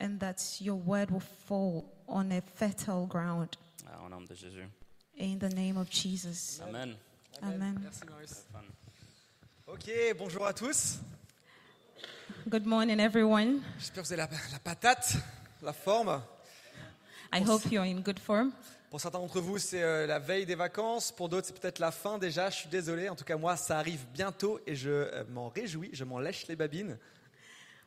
and that your word will fall on a fertile ground. Ah, Au nom de Jésus. In the name of Jesus. Amen. Amen. Merci Marius. Stéphane. Ok, bonjour à tous. Good morning, everyone. J'espère que vous avez la, la patate, la forme. I hope you're in good form. Pour certains d'entre vous, c'est euh, la veille des vacances. Pour d'autres, c'est peut-être la fin déjà. Je suis désolé. En tout cas, moi, ça arrive bientôt et je euh, m'en réjouis. Je m'en lèche les babines.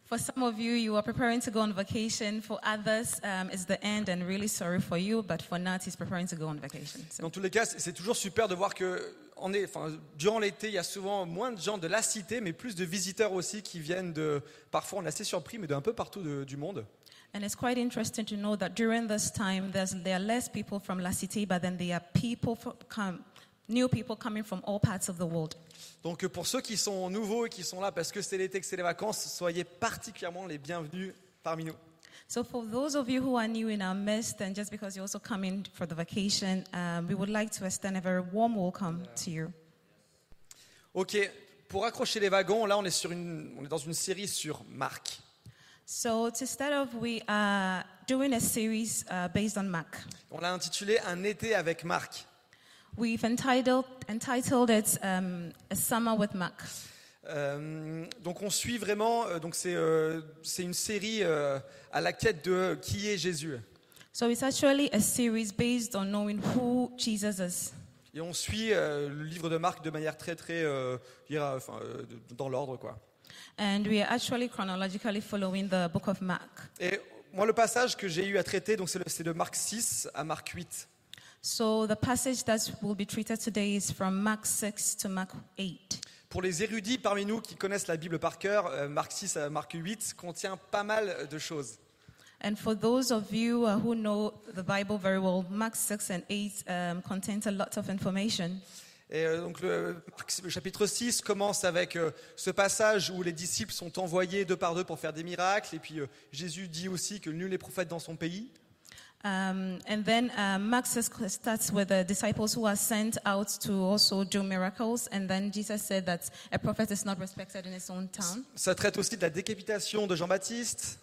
For some of you, you are preparing to go on vacation. For others, um, it's the end, and really sorry for you. But for Nat, he's preparing to go on vacation. So Dans tous les cas, c'est c'est toujours super de voir que on est, enfin, durant l'été, il y a souvent moins de gens de la cité, mais plus de visiteurs aussi qui viennent de. Parfois, on est assez surpris, mais d'un peu partout de- du monde. And it's quite interesting to know that during this time, there's, there are less people from La Cité, but then there are people from, come, new people coming from all parts of the world. Donc, euh, pour ceux qui sont nouveaux et qui sont là parce que c'est l'été, que c'est les vacances, soyez particulièrement les bienvenus parmi nous. So for those of you who are new in our midst, and just because you're also coming for the vacation, um, we would like to extend a very warm welcome to you. Ok, pour accrocher les wagons, là, on est sur une, on est dans une série sur Marc. So to start off, we are doing a series uh, based on Mark. On l'a intitulé Un été avec Marc. We've entitled, entitled it um, A Summer with Mark. Euh, donc on suit vraiment, euh, donc c'est euh, c'est une série euh, à la quête de euh, qui est Jésus. So it's actually a series based on knowing who Jesus is. Et on suit euh, le livre de Marc de manière très très euh, je dirais, enfin, euh, de- dans l'ordre quoi. And we are actually chronologically following the book of Mark. Et moi le passage que j'ai eu à traiter donc c'est le- c'est de Marc 6 à Marc 8. So the passage that will be treated today is from Mark 6 to Mark 8. Pour les érudits parmi nous qui connaissent la Bible par cœur, euh, Marc 6 à Marc 8 contient pas mal de choses. And for those of you uh, who know the Bible very well, Mark 6 and 8 um, contains a lot of information. Et euh, donc le, Marc- le chapitre 6 commence avec euh, ce passage où les disciples sont envoyés deux par deux pour faire des miracles. Et puis euh, Jésus dit aussi que nul n'est prophète dans son pays. Um, and then uh, Mark 6 starts with the disciples who are sent out to also do miracles. And then Jesus said that a prophet is not respected in his own town. Ça traite aussi de la décapitation de Jean-Baptiste.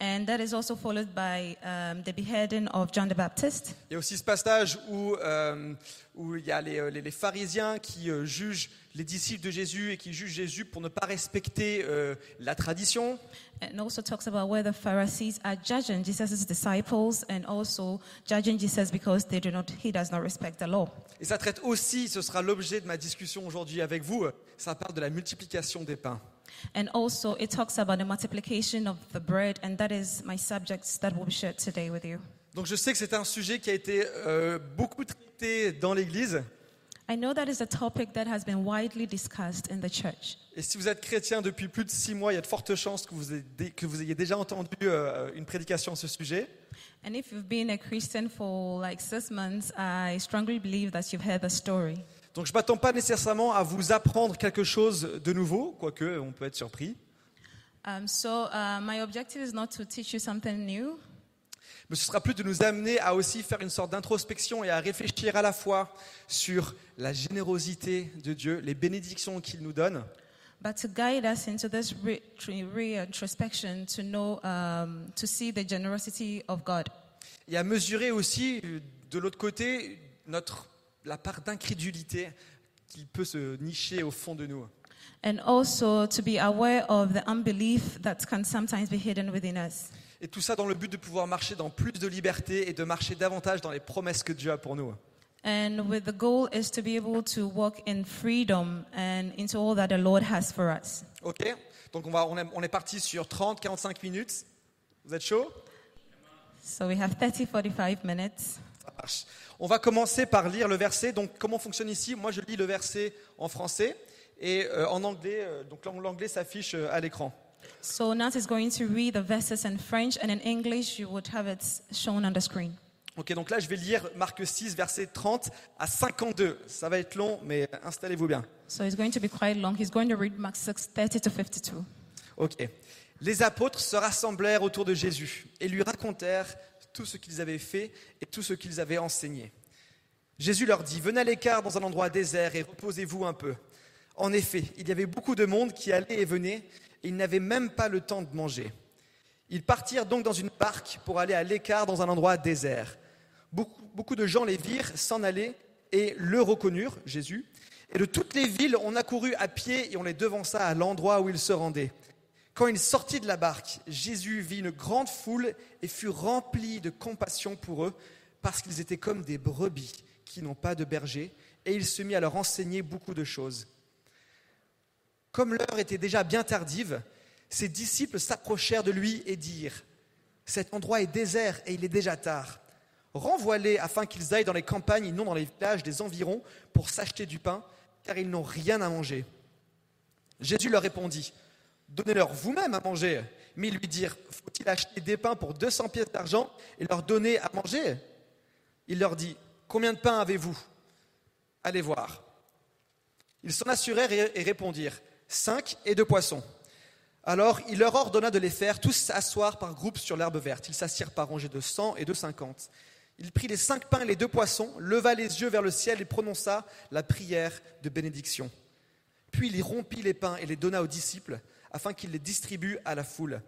And that is also followed by um, the beheading of John the Baptist. Il y a aussi ce passage où, euh, où il y a les, euh, les- les pharisiens qui euh, jugent les disciples de Jésus et qui jugent Jésus pour ne pas respecter euh, la tradition. And also talks about where the Pharisees are judging Jesus' disciples and also judging Jesus because they do not, he does not respect the law. Et ça traite aussi, ce sera l'objet de ma discussion aujourd'hui avec vous, euh, ça parle de la multiplication des pains. And also, it talks about the multiplication of the bread, and that is my subjects that will be shared today with you. Donc je sais que c'est un sujet qui a été euh, beaucoup traité dans l'Église. I know that is a topic that has been widely discussed in the church. Et si vous êtes chrétien depuis plus de six mois, il y a de fortes chances que vous ayez, dé- que vous ayez déjà entendu euh, une prédication à ce sujet. And if you've been a Christian for like six months, I strongly believe that you've heard the story. Donc je ne m'attends pas nécessairement à vous apprendre quelque chose de nouveau, quoique euh, on peut être surpris. Um, so, uh, my objective is not to teach you something new, Mais ce sera plus de nous amener à aussi faire une sorte d'introspection et à réfléchir à la fois sur la générosité de Dieu, les bénédictions qu'il nous donne, but to guide us into this re- re- reintrospection to know, um, to see the generosity of God. et à mesurer aussi euh, de l'autre côté notre, la part d'incrédulité qui peut se nicher au fond de nous. And also to be aware of the unbelief that can sometimes be hidden within us. Et tout ça dans le but de pouvoir marcher dans plus de liberté et de marcher davantage dans les promesses que Dieu a pour nous. And with the goal is to be able to walk in freedom and into all that the Lord has for us. Ok Donc on, va, on, est, on est parti sur 30-45 minutes. Vous êtes chaud So we have 30, 45 minutes. Ça marche. On va commencer par lire le verset. Donc comment fonctionne ici Moi je lis le verset en français et euh, en anglais. euh, donc l'ang- l'anglais s'affiche euh, à l'écran. So Nat is going to read the verses in French, and in English, you would have it shown on the screen. Ok, donc là je vais lire Marc 6, verset 30 à 52. Ça va être long, mais installez-vous bien. So it's going to be quite long. He's going to read Mark 6, 30 to 52. Ok. Les apôtres se rassemblèrent autour de Jésus et lui racontèrent tout ce qu'ils avaient fait et tout ce qu'ils avaient enseigné. Jésus leur dit, venez à l'écart dans un endroit désert et reposez-vous un peu. En effet, il y avait beaucoup de monde qui allait et venait et ils n'avaient même pas le temps de manger. Ils partirent donc dans une barque pour aller à l'écart dans un endroit désert. Beaucoup, beaucoup de gens les virent s'en aller et le reconnurent, Jésus. Et de toutes les villes, on accourut à pied et on les devança à l'endroit où ils se rendaient. Quand il sortit de la barque, Jésus vit une grande foule et fut rempli de compassion pour eux, parce qu'ils étaient comme des brebis qui n'ont pas de berger, et il se mit à leur enseigner beaucoup de choses. Comme l'heure était déjà bien tardive, ses disciples s'approchèrent de lui et dirent Cet endroit est désert et il est déjà tard. Renvoie-les afin qu'ils aillent dans les campagnes et non dans les villages des environs pour s'acheter du pain, car ils n'ont rien à manger. Jésus leur répondit Donnez-leur vous-même à manger. Mais ils lui dirent Faut-il acheter des pains pour 200 pièces d'argent et leur donner à manger Il leur dit Combien de pains avez-vous Allez voir. Ils s'en assurèrent et, et répondirent Cinq et deux poissons. Alors il leur ordonna de les faire tous s'asseoir par groupes sur l'herbe verte. Ils s'assirent par rangées de cent et de cinquante. Il prit les cinq pains et les deux poissons, leva les yeux vers le ciel et prononça la prière de bénédiction. Puis il y rompit les pains et les donna aux disciples, afin qu'ils les distribuent à la foule.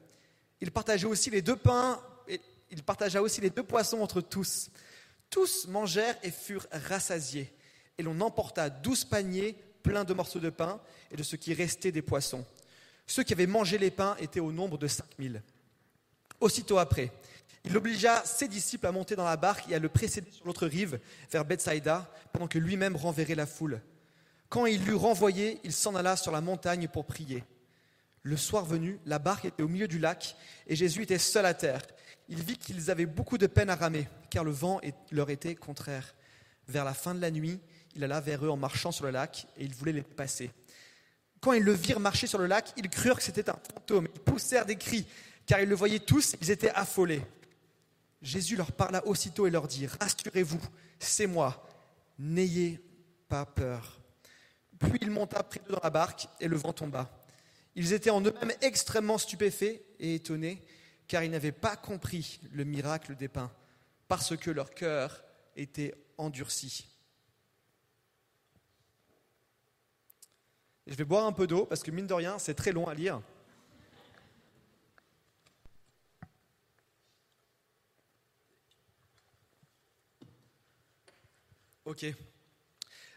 Il partagea aussi les deux pains et il partagea aussi les deux poissons entre tous. Tous mangèrent et furent rassasiés, et l'on emporta douze paniers pleins de morceaux de pain et de ce qui restait des poissons. Ceux qui avaient mangé les pains étaient au nombre de cinq mille. Aussitôt après, il obligea ses disciples à monter dans la barque et à le précéder sur l'autre rive, vers Bethsaïda, pendant que lui-même renverrait la foule. Quand il l'eut renvoyé, il s'en alla sur la montagne pour prier. Le soir venu, la barque était au milieu du lac et Jésus était seul à terre. Il vit qu'ils avaient beaucoup de peine à ramer, car le vent est- leur était contraire. Vers la fin de la nuit, il alla vers eux en marchant sur le lac et il voulait les passer. Quand ils le virent marcher sur le lac, ils crurent que c'était un fantôme. Ils poussèrent des cris, car ils le voyaient tous, ils étaient affolés. Jésus leur parla aussitôt et leur dit, Rassurez-vous, c'est moi, n'ayez pas peur. Puis il monta près d'eux dans la barque et le vent tomba. Ils étaient en eux-mêmes extrêmement stupéfaits et étonnés, car ils n'avaient pas compris le miracle des pains, parce que leur cœur était endurci. Je vais boire un peu d'eau, parce que mine de rien, c'est très long à lire. Ok.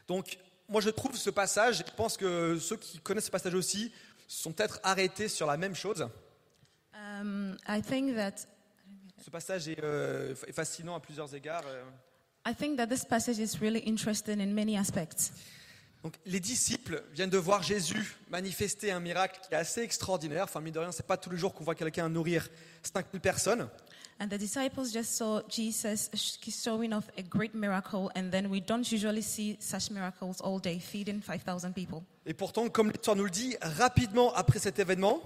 Donc, moi, je trouve ce passage, je pense que ceux qui connaissent ce passage aussi sont peut-être arrêtés sur la même chose. Um, I think that Ce passage est, euh, est fascinant à plusieurs égards. euh. I think that this passage is really interesting in many aspects. Donc, les disciples viennent de voir Jésus manifester un miracle qui est assez extraordinaire. Enfin, mine de rien, c'est pas tous les jours qu'on voit quelqu'un nourrir 5000 personnes. And the disciples just saw Jesus sh- showing off a great miracle, and then we don't usually see such miracles all day, feeding 5,000 people. Et pourtant, comme l'histoire nous le dit, rapidement après cet événement,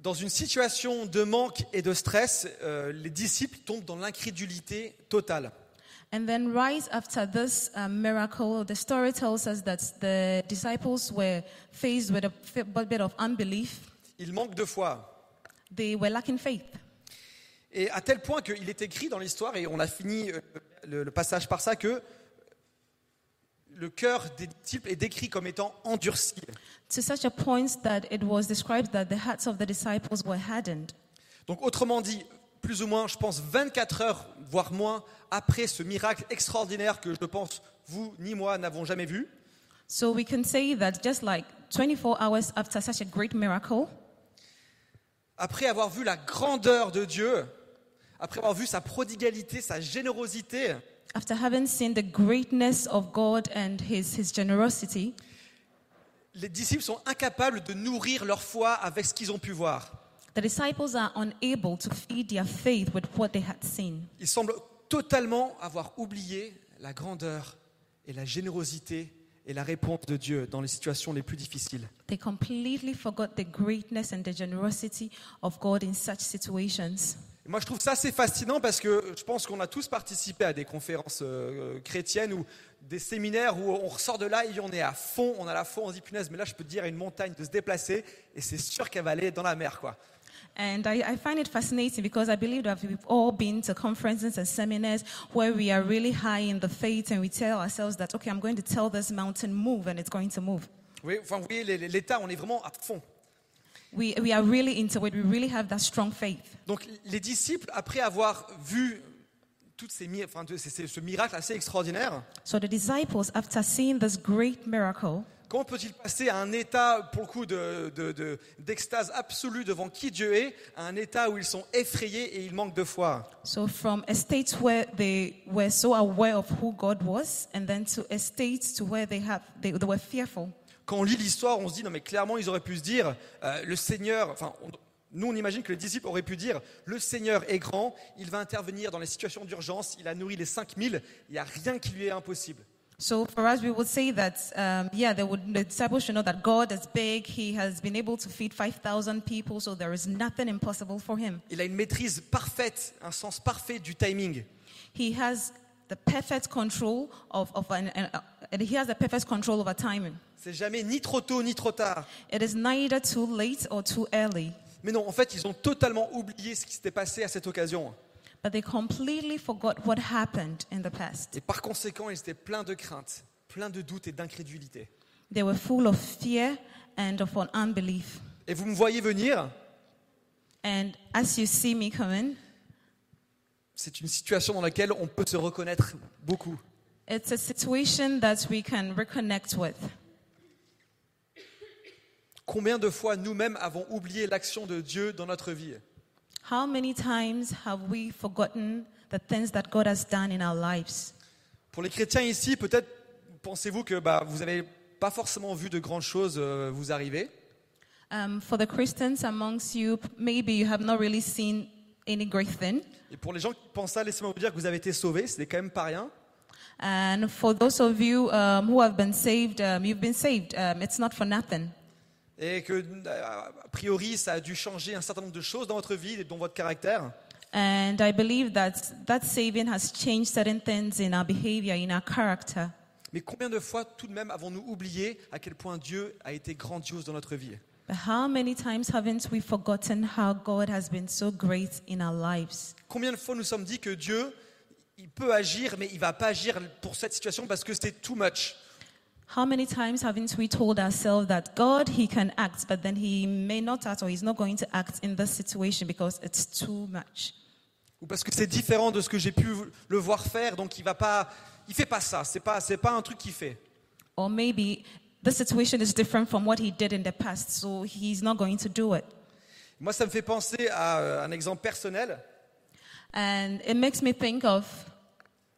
dans une situation de manque et de stress, euh, les disciples tombent dans l'incrédulité totale. And then, right after this um, miracle, the story tells us that the disciples were faced with a fi- bit of unbelief. Ils manquent de foi. They were lacking faith. Et à tel point qu'il est écrit dans l'histoire, et on a fini euh, le, le passage par ça, que le cœur des disciples est décrit comme étant endurci. To such a point that it was described that the hearts of the disciples were hardened. Donc autrement dit, plus ou moins, je pense, 24 heures, voire moins, après ce miracle extraordinaire que je pense vous ni moi n'avons jamais vu, So we can say that just like 24 hours after such a great miracle, après avoir vu la grandeur de Dieu, après avoir vu sa prodigalité, sa générosité, after having seen the greatness of God and his, his generosity, les disciples sont incapables de nourrir leur foi avec ce qu'ils ont pu voir. the disciples are unable to feed their faith with what they had seen. Ils semblent totalement avoir oublié la grandeur et la générosité et la réponse de Dieu dans les situations les plus difficiles. They completely forgot the greatness and the generosity of God in such situations. Et moi, je trouve ça assez fascinant parce que je pense qu'on a tous participé à des conférences euh, chrétiennes ou des séminaires où on ressort de là et on est à fond, on a la foi, on se dit punaise, mais là, je peux te dire à une montagne de se déplacer et c'est sûr qu'elle va aller dans la mer, quoi. And I, I find it fascinating because I believe that we've all been to conferences and seminars where we are really high in the faith and we tell ourselves that, okay, I'm going to tell this mountain move and it's going to move. Vous voyez, enfin, vous voyez les- les- l'état, on est vraiment à fond. we, we are really into it. We really have that strong faith. Donc les disciples, après avoir vu toutes ces, mi- enfin, de- ces- ces- ce miracle assez extraordinaire, So the disciples, after seeing this great miracle, comment peut-il passer à un état, pour le coup, de- de- de- d'extase absolue devant qui Dieu est, à un état où ils sont effrayés et ils manquent de foi so from a state where they were so aware of who God was, and then to a state to where they have they, they were fearful. Quand on lit l'histoire, on se dit, non mais clairement, ils auraient pu se dire, euh, le Seigneur, enfin, on- nous on imagine que les disciples auraient pu dire, le Seigneur est grand, il va intervenir dans les situations d'urgence, il a nourri les 5000, il n'y a rien qui lui est impossible. So for us, we would say that um, yeah, they would, the disciples should know that God is big. He has been able to feed five thousand people, so there is nothing impossible for him. Il a une maîtrise parfaite, un sens parfait du timing. He has the perfect control of, of an, an, uh, and he has the perfect control over timing. C'est jamais ni trop tôt ni trop tard. It is neither too late or too early, Mais non, en fait, ils ont totalement oublié ce qui s'était passé à cette occasion. but they completely forgot what happened in the past. Et par conséquent, ils étaient pleins de crainte, pleins de doutes et d'incrédulité. They were full of fear and of an unbelief. Et vous me voyez venir, And as you see me coming, c'est une situation dans laquelle on peut se reconnaître beaucoup. it's a situation that we can reconnect with. Combien de fois nous-mêmes avons oublié l'action de Dieu dans notre vie How many times have we forgotten the things that God has done in our lives? Pour les chrétiens ici, peut-être pensez-vous que bah, vous n'avez pas forcément vu de grandes choses euh, vous arriver. Um, for the Christians amongst you, p- maybe you have not really seen any great thing. Et pour les gens qui pensent ça, laissez-moi vous dire que vous avez été sauvés, ce n'est quand même pas rien. And for those of you um, who have been saved, um, you've been saved. Um, it's not for nothing. Et que, euh, a priori, ça a dû changer un certain nombre de choses dans votre vie et dans votre caractère. And I believe that that saving has changed certain things in our behavior, in our character. Mais combien de fois, tout de même, avons-nous oublié à quel point Dieu a été grandiose dans notre vie But how many times haven't we forgotten how God has been so great in our lives? Combien de fois nous sommes dit que Dieu, il peut agir, mais il va pas agir pour cette situation parce que c'est too much How many times haven't we told ourselves that God, He can act, but then He may not act or He's not going to act in this situation because it's too much? ou parce que c'est différent de ce que j'ai pu le voir faire, donc il va pas, il fait pas ça. C'est pas, c'est pas un truc qu'il fait. Or maybe the situation is different from what He did in the past, so He's not going to do it. Moi, ça me fait penser à euh, un exemple personnel, And it makes me think of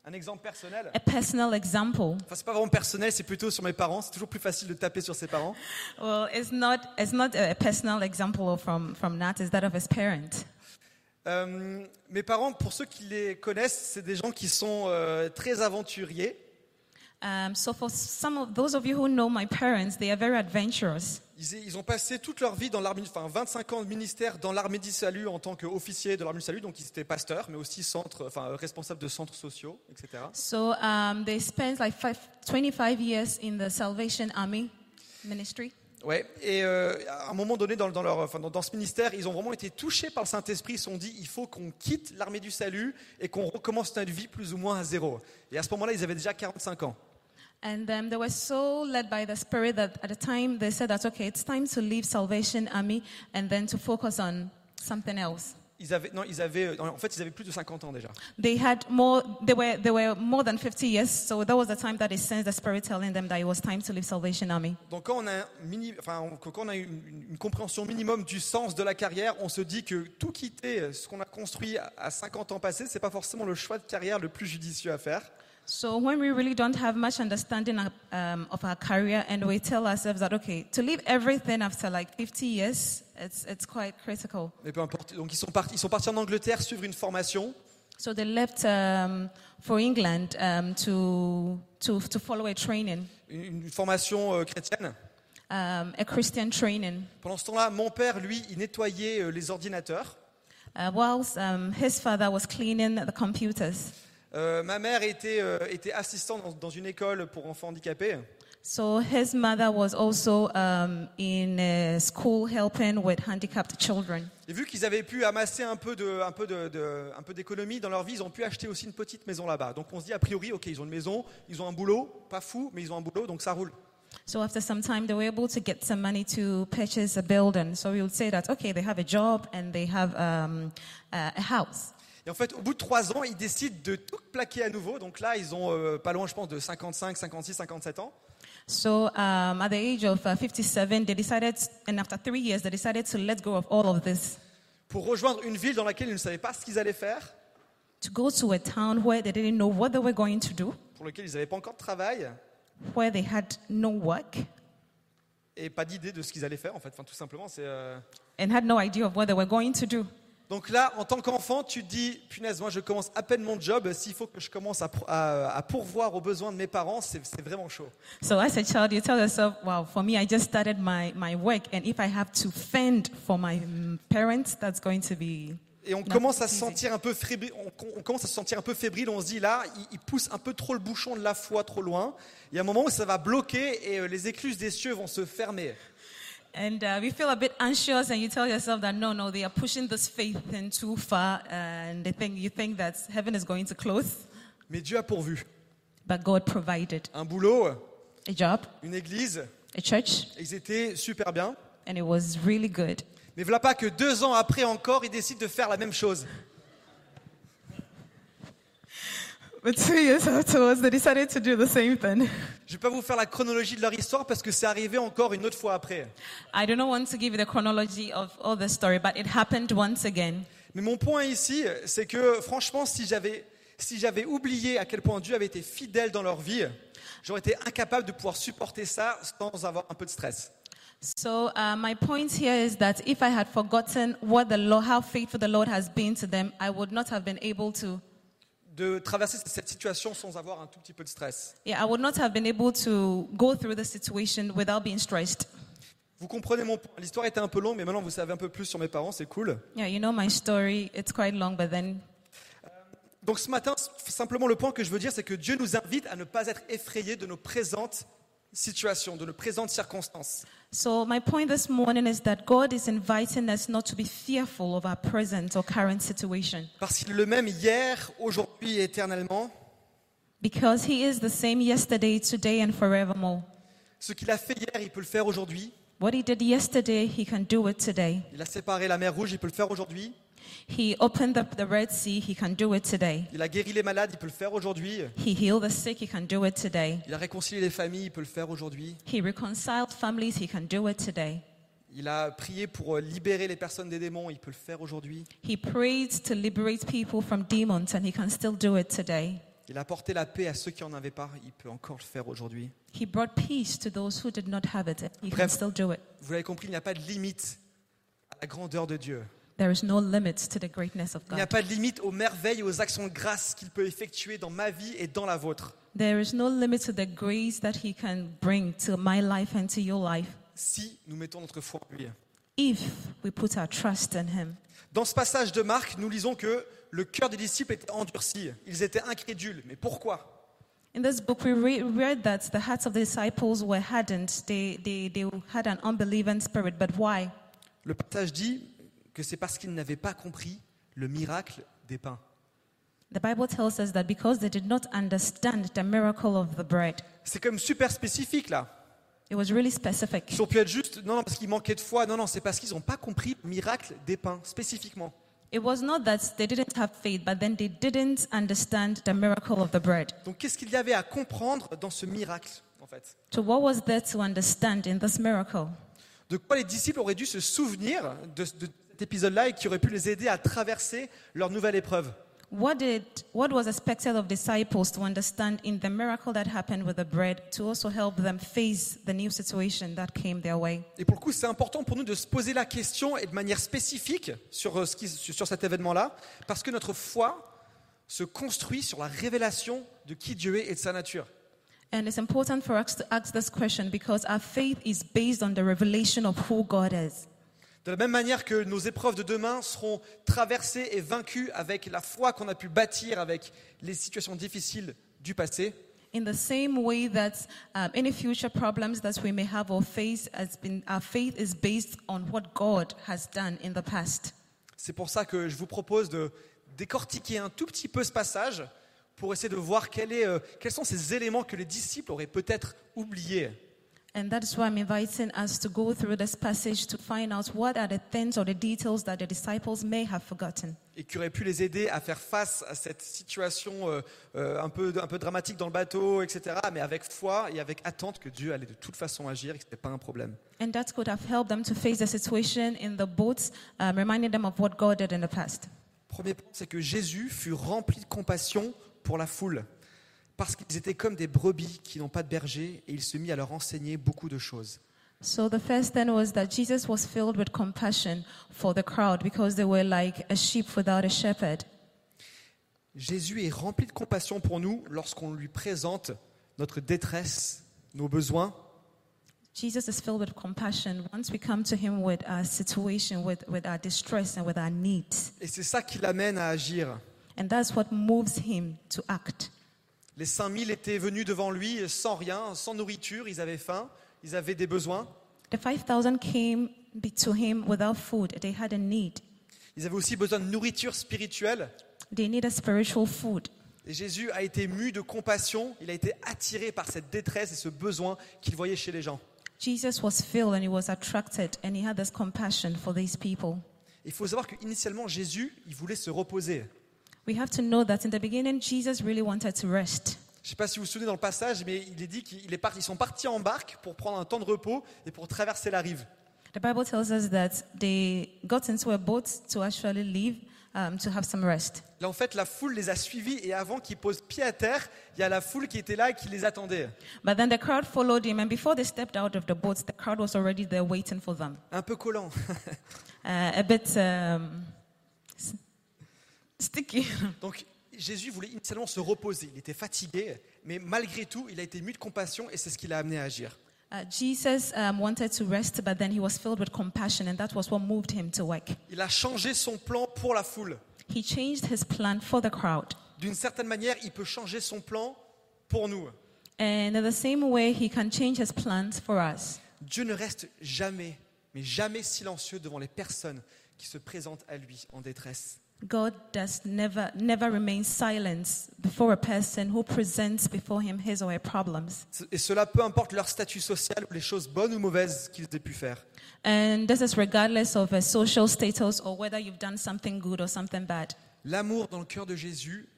un exemple personnel. a personal example. Enfin, c'est pas vraiment personnel, c'est plutôt sur mes parents. C'est toujours plus facile de taper sur ses parents. Well, it's not, it's not a personal example from, from Nat, it's that of his parent. Euh, mes parents, pour ceux qui les connaissent, c'est des gens qui sont euh, très aventuriers. Um, so, for some of those of you who know my parents, they are very adventurous. Ils, ils ont passé toute leur vie dans l'armée, enfin 25 ans de ministère dans l'armée du salut en tant qu'officier de l'armée du salut, donc ils étaient pasteurs, mais aussi centre, enfin euh, responsables de centres sociaux, etc. So um, they spent like five, 25 years in the Salvation Army ministry. Ouais. Et euh, à un moment donné, dans, dans leur, enfin, dans, dans ce ministère, ils ont vraiment été touchés par le Saint-Esprit. Ils se sont dit, il faut qu'on quitte l'armée du salut et qu'on recommence notre vie plus ou moins à zéro. Et à ce moment-là, ils avaient déjà 45 ans. And um, they were so led by the Spirit that at the time they said that, okay, it's time to leave Salvation Army and then to focus on something else. Ils avaient, non, ils avaient, euh, en fait, ils avaient plus de 50 ans déjà. They had more, they were, they were more than 50 years, so that was the time that they sensed the Spirit telling them that it was time to leave Salvation Army. Donc quand on a, un mini- enfin, on- quand on a une, une- une compréhension minimum du sens de la carrière, on se dit que tout quitter, ce qu'on a construit à- à 50 ans passés, c'est pas forcément le choix de carrière le plus judicieux à faire. So when we really don't have much understanding of, um, of our career and we tell ourselves that, okay, to leave everything after like 50 years, it's, it's quite critical. Mais peu importe. Donc ils sont partis, ils sont partis en Angleterre suivre une formation. So they left um, for England um, to, to, to follow a training, une, une formation euh, chrétienne. um, a Christian training, Pendant ce temps-là, mon père, lui, il nettoyait euh, les ordinateurs. uh, whilst um, his father was cleaning the computers. Euh, ma mère était, euh, était assistante dans, dans une école pour enfants handicapés. So his mother was also um, in a school helping with handicapped children. Et vu qu'ils avaient pu amasser un peu de, un peu de, de- un peu d'économie dans leur vie, ils ont pu acheter aussi une petite maison là-bas. Donc on se dit a priori, ok, ils ont une maison, ils ont un boulot, pas fou, mais ils ont un boulot, donc ça roule. So after some time, they were able to get some money to purchase a building. So we would say that, okay, they have a job and they have um, uh, a house. Et en fait, au bout de trois ans, ils décident de tout plaquer à nouveau. Donc là, ils ont euh, pas loin, je pense, de 55, 56, 57 ans. So um, at the age of uh, 57, they decided, and after three years, they decided to let go of all of this pour rejoindre une ville dans laquelle ils ne savaient pas ce qu'ils allaient faire, to go to a town where they didn't know what they were going to do, pour lequel ils n'avaient pas encore de travail where they had no work et pas d'idée de ce qu'ils allaient faire en fait. Enfin, tout simplement, c'est. euh, and had no idea of what they were going to do. Donc là, en tant qu'enfant, tu te dis, punaise, moi je commence à peine mon job. S'il faut que je commence à, pro- à- à pourvoir aux besoins de mes parents, c'est c'est vraiment chaud. So as a child, you tell yourself, wow, for me, I just started my, my work, and if I have to fend for my mm, parents, that's going to be. Et on not commence à se easy. sentir un peu fébrile. On, on commence à se sentir un peu fébrile. On se dit là, il, il pousse un peu trop le bouchon de la foi trop loin. Il y a un moment où ça va bloquer et euh, les écluses des cieux vont se fermer. And uh, we feel a bit anxious, and you tell yourself that no, no, they are pushing this faith thing too far, and they think, you think that heaven is going to close. Mais Dieu a pourvu But God provided un boulot, a job, une église. a church, Ils étaient super bien. and it was really good. Mais voilà pas que deux ans après encore, ils décident de faire la même chose. But two years afterwards, they decided to do the same thing. Je vais pas vous faire la chronologie de leur histoire parce que c'est arrivé encore une autre fois après. I do not want to give you the chronology of all the story, but it happened once again. Mais mon point ici, c'est que franchement, si j'avais si j'avais oublié à quel point Dieu avait été fidèle dans leur vie, j'aurais été incapable de pouvoir supporter ça sans avoir un peu de stress. So uh, my point here is that if I had forgotten what the Lord, how faithful the Lord has been to them, I would not have been able to. De traverser cette situation sans avoir un tout petit peu de stress. Yeah, I would not have been able to go through the situation without being stressed. Vous comprenez mon point. L'histoire était un peu longue, mais maintenant vous savez un peu plus sur mes parents, c'est cool. Yeah, you know my story. It's quite long, but then Donc ce matin, s- simplement le point que je veux dire, c'est que Dieu nous invite à ne pas être effrayés de nos présentes situations, de nos présentes circonstances. so my point this morning is that God is inviting us not to be fearful of our present or current situation Parce qu'il est le même hier, aujourd'hui et éternellement. because He is the same yesterday, today, and forevermore. Ce qu'il a fait hier, il peut le faire aujourd'hui. What He did yesterday, He can do it today. Il a séparé la mer rouge, il peut le faire aujourd'hui. He opened up the Red Sea, He can do it today. Il a guéri les malades, il peut le faire aujourd'hui. He healed the sick, he can do it today. Il a réconcilié les familles, il peut le faire aujourd'hui. He reconciled families, he can do it today. Il a prié pour euh, libérer les personnes des démons, il peut le faire aujourd'hui. He prayed to liberate people from demons, and he can still do it today. Il a apporté la paix à ceux qui n'en avaient pas, il peut encore le faire aujourd'hui. He brought peace to those who did not have it, and he can Bref. still do it. Vous l'avez compris, il n'y a pas de limite à la grandeur de Dieu. There is no limits to the greatness of Il n'y a God. pas de limite aux merveilles et aux actions de grâce qu'il peut effectuer dans ma vie et dans la vôtre. There is no limit to the grace that he can bring to my life and to your life si nous mettons notre foi en lui. if we put our trust in him. Dans ce passage de Marc, nous lisons que le cœur des disciples était endurci. Ils étaient incrédules. Mais pourquoi In this book, we re- read that the hearts of the disciples were hardened. They, they, they had an unbelieving spirit, but why? Le passage dit que c'est parce qu'ils n'avaient pas compris le miracle des pains. The Bible tells us that because they did not understand the miracle of the bread, C'est comme super spécifique là. it was really specific. Ils ont pu être juste, non, non, parce qu'ils manquaient de foi. Non, non, c'est parce qu'ils n'ont pas compris le miracle des pains spécifiquement. It was not that they didn't have faith, but then they didn't understand the miracle of the bread. Donc qu'est-ce qu'il y avait à comprendre dans ce miracle en fait So, what was there to understand in this miracle? De quoi les disciples auraient dû se souvenir de, de cet épisode-là et qui aurait pu les aider à traverser leur nouvelle épreuve What, did, what was expected of disciples to understand in the miracle that happened with the bread to also help them face the new situation that came their way? Et pour le coup, c'est important pour nous de se poser la question et de manière spécifique sur, euh, ce qui- sur cet événement-là, parce que notre foi se construit sur la révélation de qui Dieu est et de sa nature. And it's important for us to ask this question because our faith is based on the revelation of who God is. De la même manière que nos épreuves de demain seront traversées et vaincues avec la foi qu'on a pu bâtir avec les situations difficiles du passé, In the same way that um, any future problems that we may have or face has been, our faith is based on what God has done in the past. c'est pour ça que je vous propose de décortiquer un tout petit peu ce passage pour essayer de voir quel est, euh, quels sont ces éléments que les disciples auraient peut-être oubliés And that is why I'm inviting us to go through this passage to find out what are the things or the details that the disciples may have forgotten et qui aurait pu les aider à faire face à cette situation euh, euh, un, peu, un peu dramatique dans le bateau, etc., mais avec foi et avec attente que Dieu allait de toute façon agir et que ce n'était pas un problème. and that could have helped them to face the situation in the boats, um, reminding them of what God did in the past. Premier point, c'est que Jésus fut rempli de compassion pour la foule, parce qu'ils étaient comme des brebis qui n'ont pas de berger, et il se mit à leur enseigner beaucoup de choses. So the first thing was that Jesus was filled with compassion for the crowd because they were like a sheep without a shepherd. Jésus est rempli de compassion pour nous lorsqu'on lui présente notre détresse, nos besoins, Jesus is filled with compassion once we come to him with our situation, with, with our distress, and with our needs. et c'est ça qui l'amène à agir. And that's what moves him to act. Les 5000 étaient venus devant lui sans rien, sans nourriture, ils avaient faim, ils avaient des besoins. The 5,000 came be- to him without food. They had a need. Ils avaient aussi besoin de nourriture spirituelle. They needed spiritual food. Et Jésus a été mu de compassion, il a été attiré par cette détresse et ce besoin qu'il voyait chez les gens. Jesus was filled and he was attracted and he had this compassion for these people. Il faut savoir qu'initialement, Jésus, il voulait se reposer. We have to know that in the beginning, Jesus really wanted to rest. Je ne sais pas si vous vous souvenez dans le passage, mais il est dit qu'ils sont partis en barque pour prendre un temps de repos et pour traverser la rive. The Bible tells us that they got into a boat to actually leave um, to have some rest. Là, en fait, la foule les a suivis et avant qu'ils posent pied à terre, il y a la foule qui était là et qui les attendait. But then the crowd followed him, and before they stepped out of the boat, the crowd was already there waiting for them. Un peu collant. Uh, a bit um, s- sticky. Donc Jésus voulait initialement se reposer, il était fatigué, mais malgré tout, il a été mu de compassion et c'est ce qui l'a amené à agir. Uh, Jesus um, wanted to rest, but then he was filled with compassion, and that was what moved him to work. Il a changé son plan pour la foule. He changed his plan for the crowd. D'une certaine manière, il peut changer son plan pour nous. And in the same way, he can change his plans for us. Dieu ne reste jamais, mais jamais silencieux devant les personnes qui se présentent à lui en détresse. God does never, never remain silent before a person who presents before him his or her problems. Et cela peu importe leur statut social ou les choses bonnes ou mauvaises qu'ils aient pu faire. And this is regardless of a social status or whether you've done something good or something bad. L'amour dans le cœur de Jésus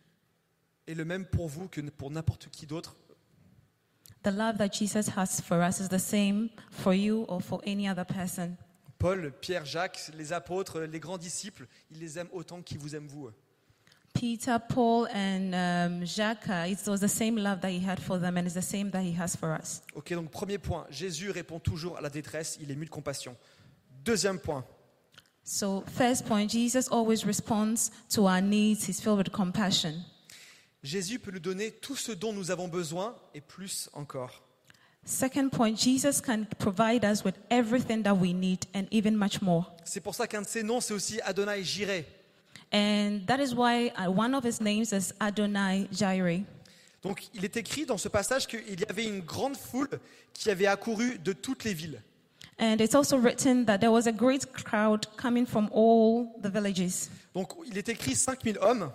est le même pour vous que pour n'importe qui d'autre The love that Jesus has for us is the same for you or for any other person. Paul, Pierre, Jacques, les apôtres, les grands disciples, ils les aiment autant qu'ils vous aiment vous. Peter, Paul, and um, Jacques, uh, it was the same love that he had for them and it's the same that he has for us. Ok, donc premier point, Jésus répond toujours à la détresse, il est mu de compassion. Deuxième point, So, first point, Jesus always responds to our needs. He's filled with compassion. Jésus peut nous donner tout ce dont nous avons besoin et plus encore. Second point, Jesus can provide us with everything that we need and even much more. C'est pour ça qu'un de ses noms, c'est aussi Adonai Jireh. And that is why uh, one of his names is Adonai Jireh. Donc il est écrit dans ce passage qu'il y avait une grande foule qui avait accouru de toutes les villes. And it's also written that there was a great crowd coming from all the villages. Donc il est écrit 5000 hommes,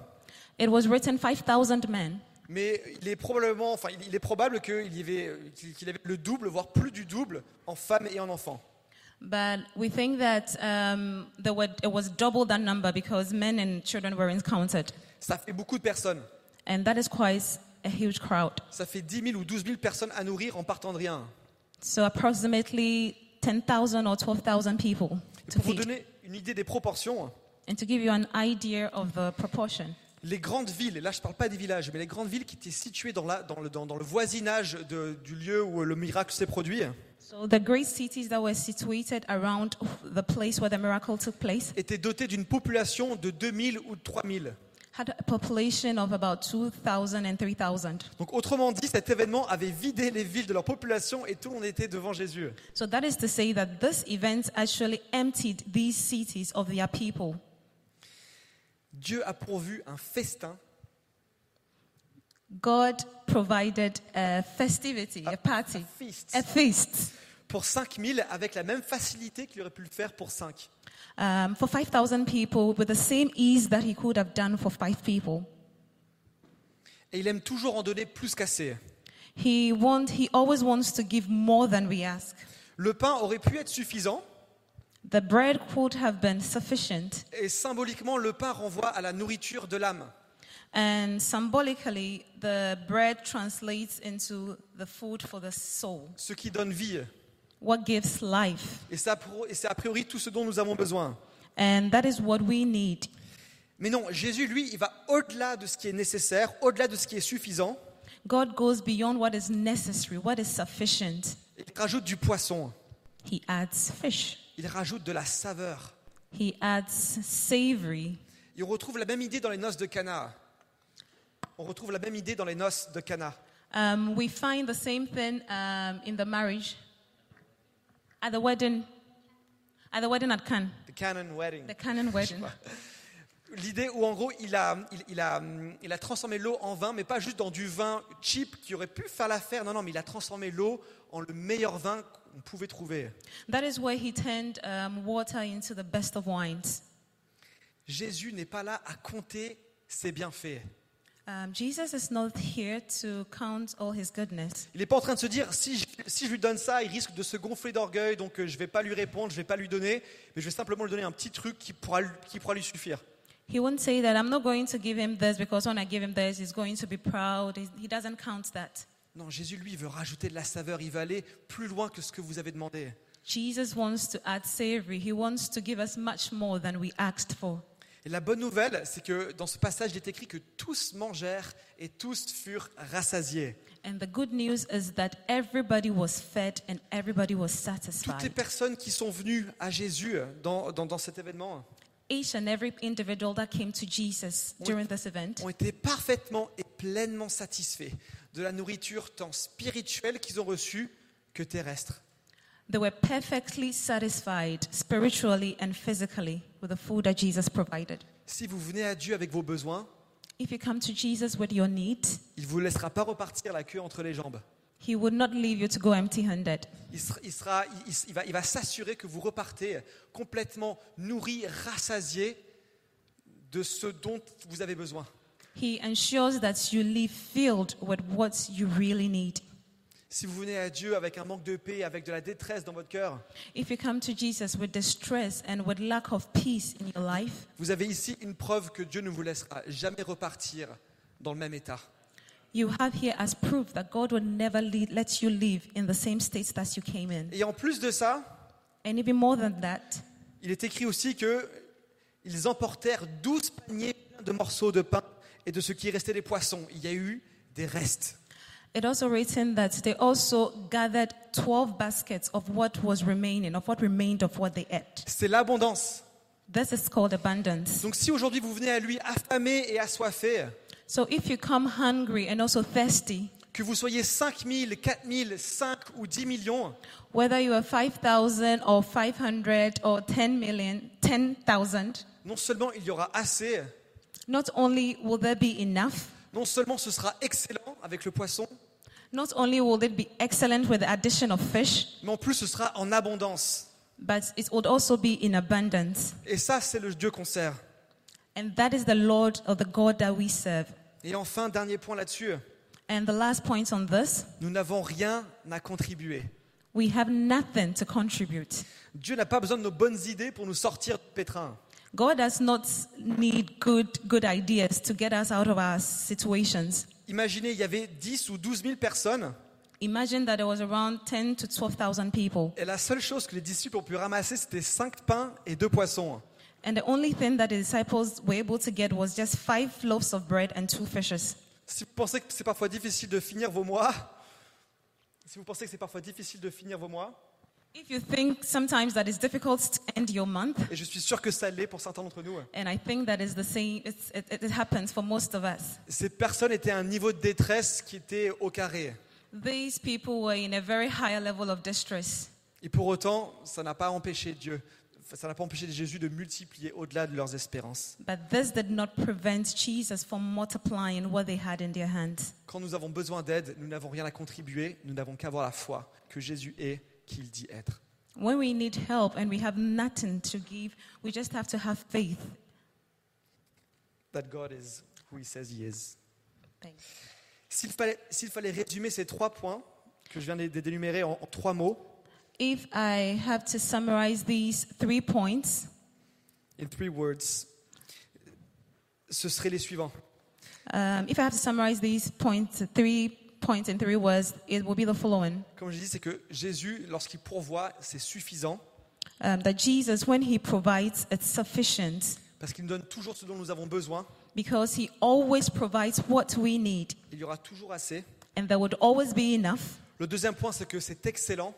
It was written 5,000 men. mais il est probablement, enfin il il est probable qu'il y avait, qu'il avait le double, voire plus du double, en femmes et en enfants. But we think that um, there were, it was double that number because men and children were encountered. Ça fait beaucoup de personnes. And that is quite a huge crowd. Ça fait 10 000 ou 12 000 personnes à nourrir en partant de rien. So approximately 10,000 or 12,000 people Et to pour vous feed. donner une idée des proportions, And to give you an idea of the proportion, les grandes villes, et là je ne parle pas des villages, mais les grandes villes qui étaient situées dans, la- dans le, dans- dans le voisinage de- du lieu où le miracle s'est produit, so the great cities that were situated around the place where the miracle took place étaient dotées d'une population de 2 000 ou de 3 000. had a population of about 2,000 and 3,000. Donc autrement dit, cet événement avait vidé les villes de leur population et tout le monde était devant Jésus. So that is to say that this event actually emptied these cities of their people. Dieu a pourvu un festin God provided a festivity, a party, feast. a feast pour 5 000 avec la même facilité qu'il aurait pu le faire pour 5. um, for 5,000 people with the same ease that he could have done for five people. Et il aime toujours en donner plus qu'assez. He, want, he always wants to give more than we ask. Le pain aurait pu être suffisant, The bread could have been sufficient, et symboliquement, le pain renvoie à la nourriture de l'âme. and symbolically, the bread translates into the food for the soul, ce qui donne vie. what gives life. Et c'est a pro- et c'est a priori tout ce dont nous avons besoin. And that is what we need. Mais non, Jésus, lui, il va au-delà de ce qui est nécessaire, au-delà de ce qui est suffisant. God goes beyond what is necessary, what is sufficient. Il rajoute du poisson, He adds fish, il rajoute de la saveur. He adds savory. Et on retrouve la même idée dans les noces de Cana. On retrouve la même idée dans les noces de Cana. Um, we find the same thing um, in the marriage, at the wedding, at the wedding at Cannes, The Canaan wedding. the Canaan wedding. L'idée où en gros il a, il, il a, hum, il a transformé l'eau en vin, mais pas juste dans du vin cheap qui aurait pu faire l'affaire. Non, non, mais il a transformé l'eau en le meilleur vin qu'on pouvait trouver. That is where he turned um, water into the best of wines. Jésus n'est pas là à compter ses bienfaits. Um, Jesus is not here to count all his goodness. Il n'est pas en train de se dire si je, si je lui donne ça, il risque de se gonfler d'orgueil, donc euh, je ne vais pas lui répondre, je ne vais pas lui donner, mais je vais simplement lui donner un petit truc qui pourra, lui- qui pourra lui suffire. He won't say that I'm not going to give him this because when I give him this, he's going to be proud. He, he doesn't count that. Non, Jésus, lui, veut rajouter de la saveur, il va aller plus loin que ce que vous avez demandé. Jesus wants to add savory. He wants to give us much more than we asked for. Et la bonne nouvelle, c'est que dans ce passage, il est écrit que tous mangèrent et tous furent rassasiés. And the good news is that everybody was fed and everybody was Toutes les satisfied. personnes qui sont venues à Jésus euh, dans, dans- dans cet événement Each and every individual that came to Jesus during this event euh, ont été parfaitement et pleinement satisfaits de la nourriture tant spirituelle qu'ils ont reçue que terrestre. They were perfectly satisfied spiritually and physically with the food that Jesus provided. Si vous venez à Dieu avec vos besoins, If you come to Jesus with your need, il ne vous laissera pas repartir la queue entre les jambes. he would not leave you to go empty handed. Il, sera- il sera- il- il- il va, il va s'assurer que vous repartez euh, complètement nourri, rassasié de ce dont vous avez besoin. He ensures that you leave filled with what you really need. Si vous venez à Dieu avec un manque de paix, avec de la détresse dans votre cœur, If you come to Jesus with distress and with lack of peace in your life, vous avez ici une preuve que Dieu ne vous laissera jamais repartir dans le même état. you have here as proof that God will never lead, let you live in the same state that you came in. Et en plus de ça, And even more than that, il est écrit aussi que ils emportèrent douze paniers pleins de morceaux de pain et de ce qui restait des poissons. Il y a eu des restes. It also written that they also gathered 12 baskets of what was remaining, of what remained of what they ate. C'est l'abondance. This is called abundance. Donc si aujourd'hui vous venez à lui affamé et assoiffé, So if you come hungry and also thirsty, que vous soyez 5 000, 4 000, 5 ou 10 millions, whether you are 5,000 or 500 or 10 million, 10,000, non seulement il y aura assez, not only will there be enough, non seulement ce sera excellent avec le poisson, not only will it be excellent with the addition of fish, mais en plus ce sera en abondance. but it would also be in abundance. Et ça, c'est le Dieu qu'on sert. And that is the Lord or the God that we serve. Et enfin, dernier point là-dessus, And the last point on this nous n'avons rien à contribuer. We have nothing to contribute. Dieu n'a pas besoin de nos bonnes idées pour nous sortir du pétrin. God does not need good, good ideas to get us out of our situations. Imaginez, il y avait 10 ou 12 000 personnes, Imagine that there was around 10 to 12,000 people, et la seule chose que les disciples ont pu ramasser, c'était 5 pains et 2 poissons. and the only thing that the disciples were able to get was just five loaves of bread and two fishes. Si vous pensez que c'est parfois difficile de finir vos mois, si vous pensez que c'est parfois difficile de finir vos mois, If you think sometimes that it's difficult to end your month, et je suis sûr que ça l'est pour certains d'entre nous, and I think that is the same, it's, it, it it happens for most of us. ces personnes étaient à un niveau de détresse qui était au carré. These people were in a very high level of distress. Et pour autant, ça n'a pas empêché Dieu, enfin, ça n'a pas empêché Jésus de multiplier au-delà de leurs espérances. But this did not prevent Jesus from multiplying what they had in their hands. Quand nous avons besoin d'aide, nous n'avons rien à contribuer, nous n'avons qu'à avoir la foi que Jésus est, qu'il dit être. When we need help and we have nothing to give, we just have to have faith. That God is who he says he is. Thanks. S'il fallait, s'il fallait résumer ces trois points que je viens de- de- d'énumérer en, en trois mots, If I have to summarize these three points, in three words, ce seraient les suivants. um, if I have to summarize these points, three points in three words, it will be the following: Comme je dis, c'est que Jésus, lorsqu'il pourvoit, c'est suffisant um, that Jesus, when He provides, it's sufficient parce qu'il nous donne toujours ce dont nous avons besoin. because He always provides what we need, Il y aura toujours assez. and there would always be enough. Le deuxième point, c'est que c'est excellent.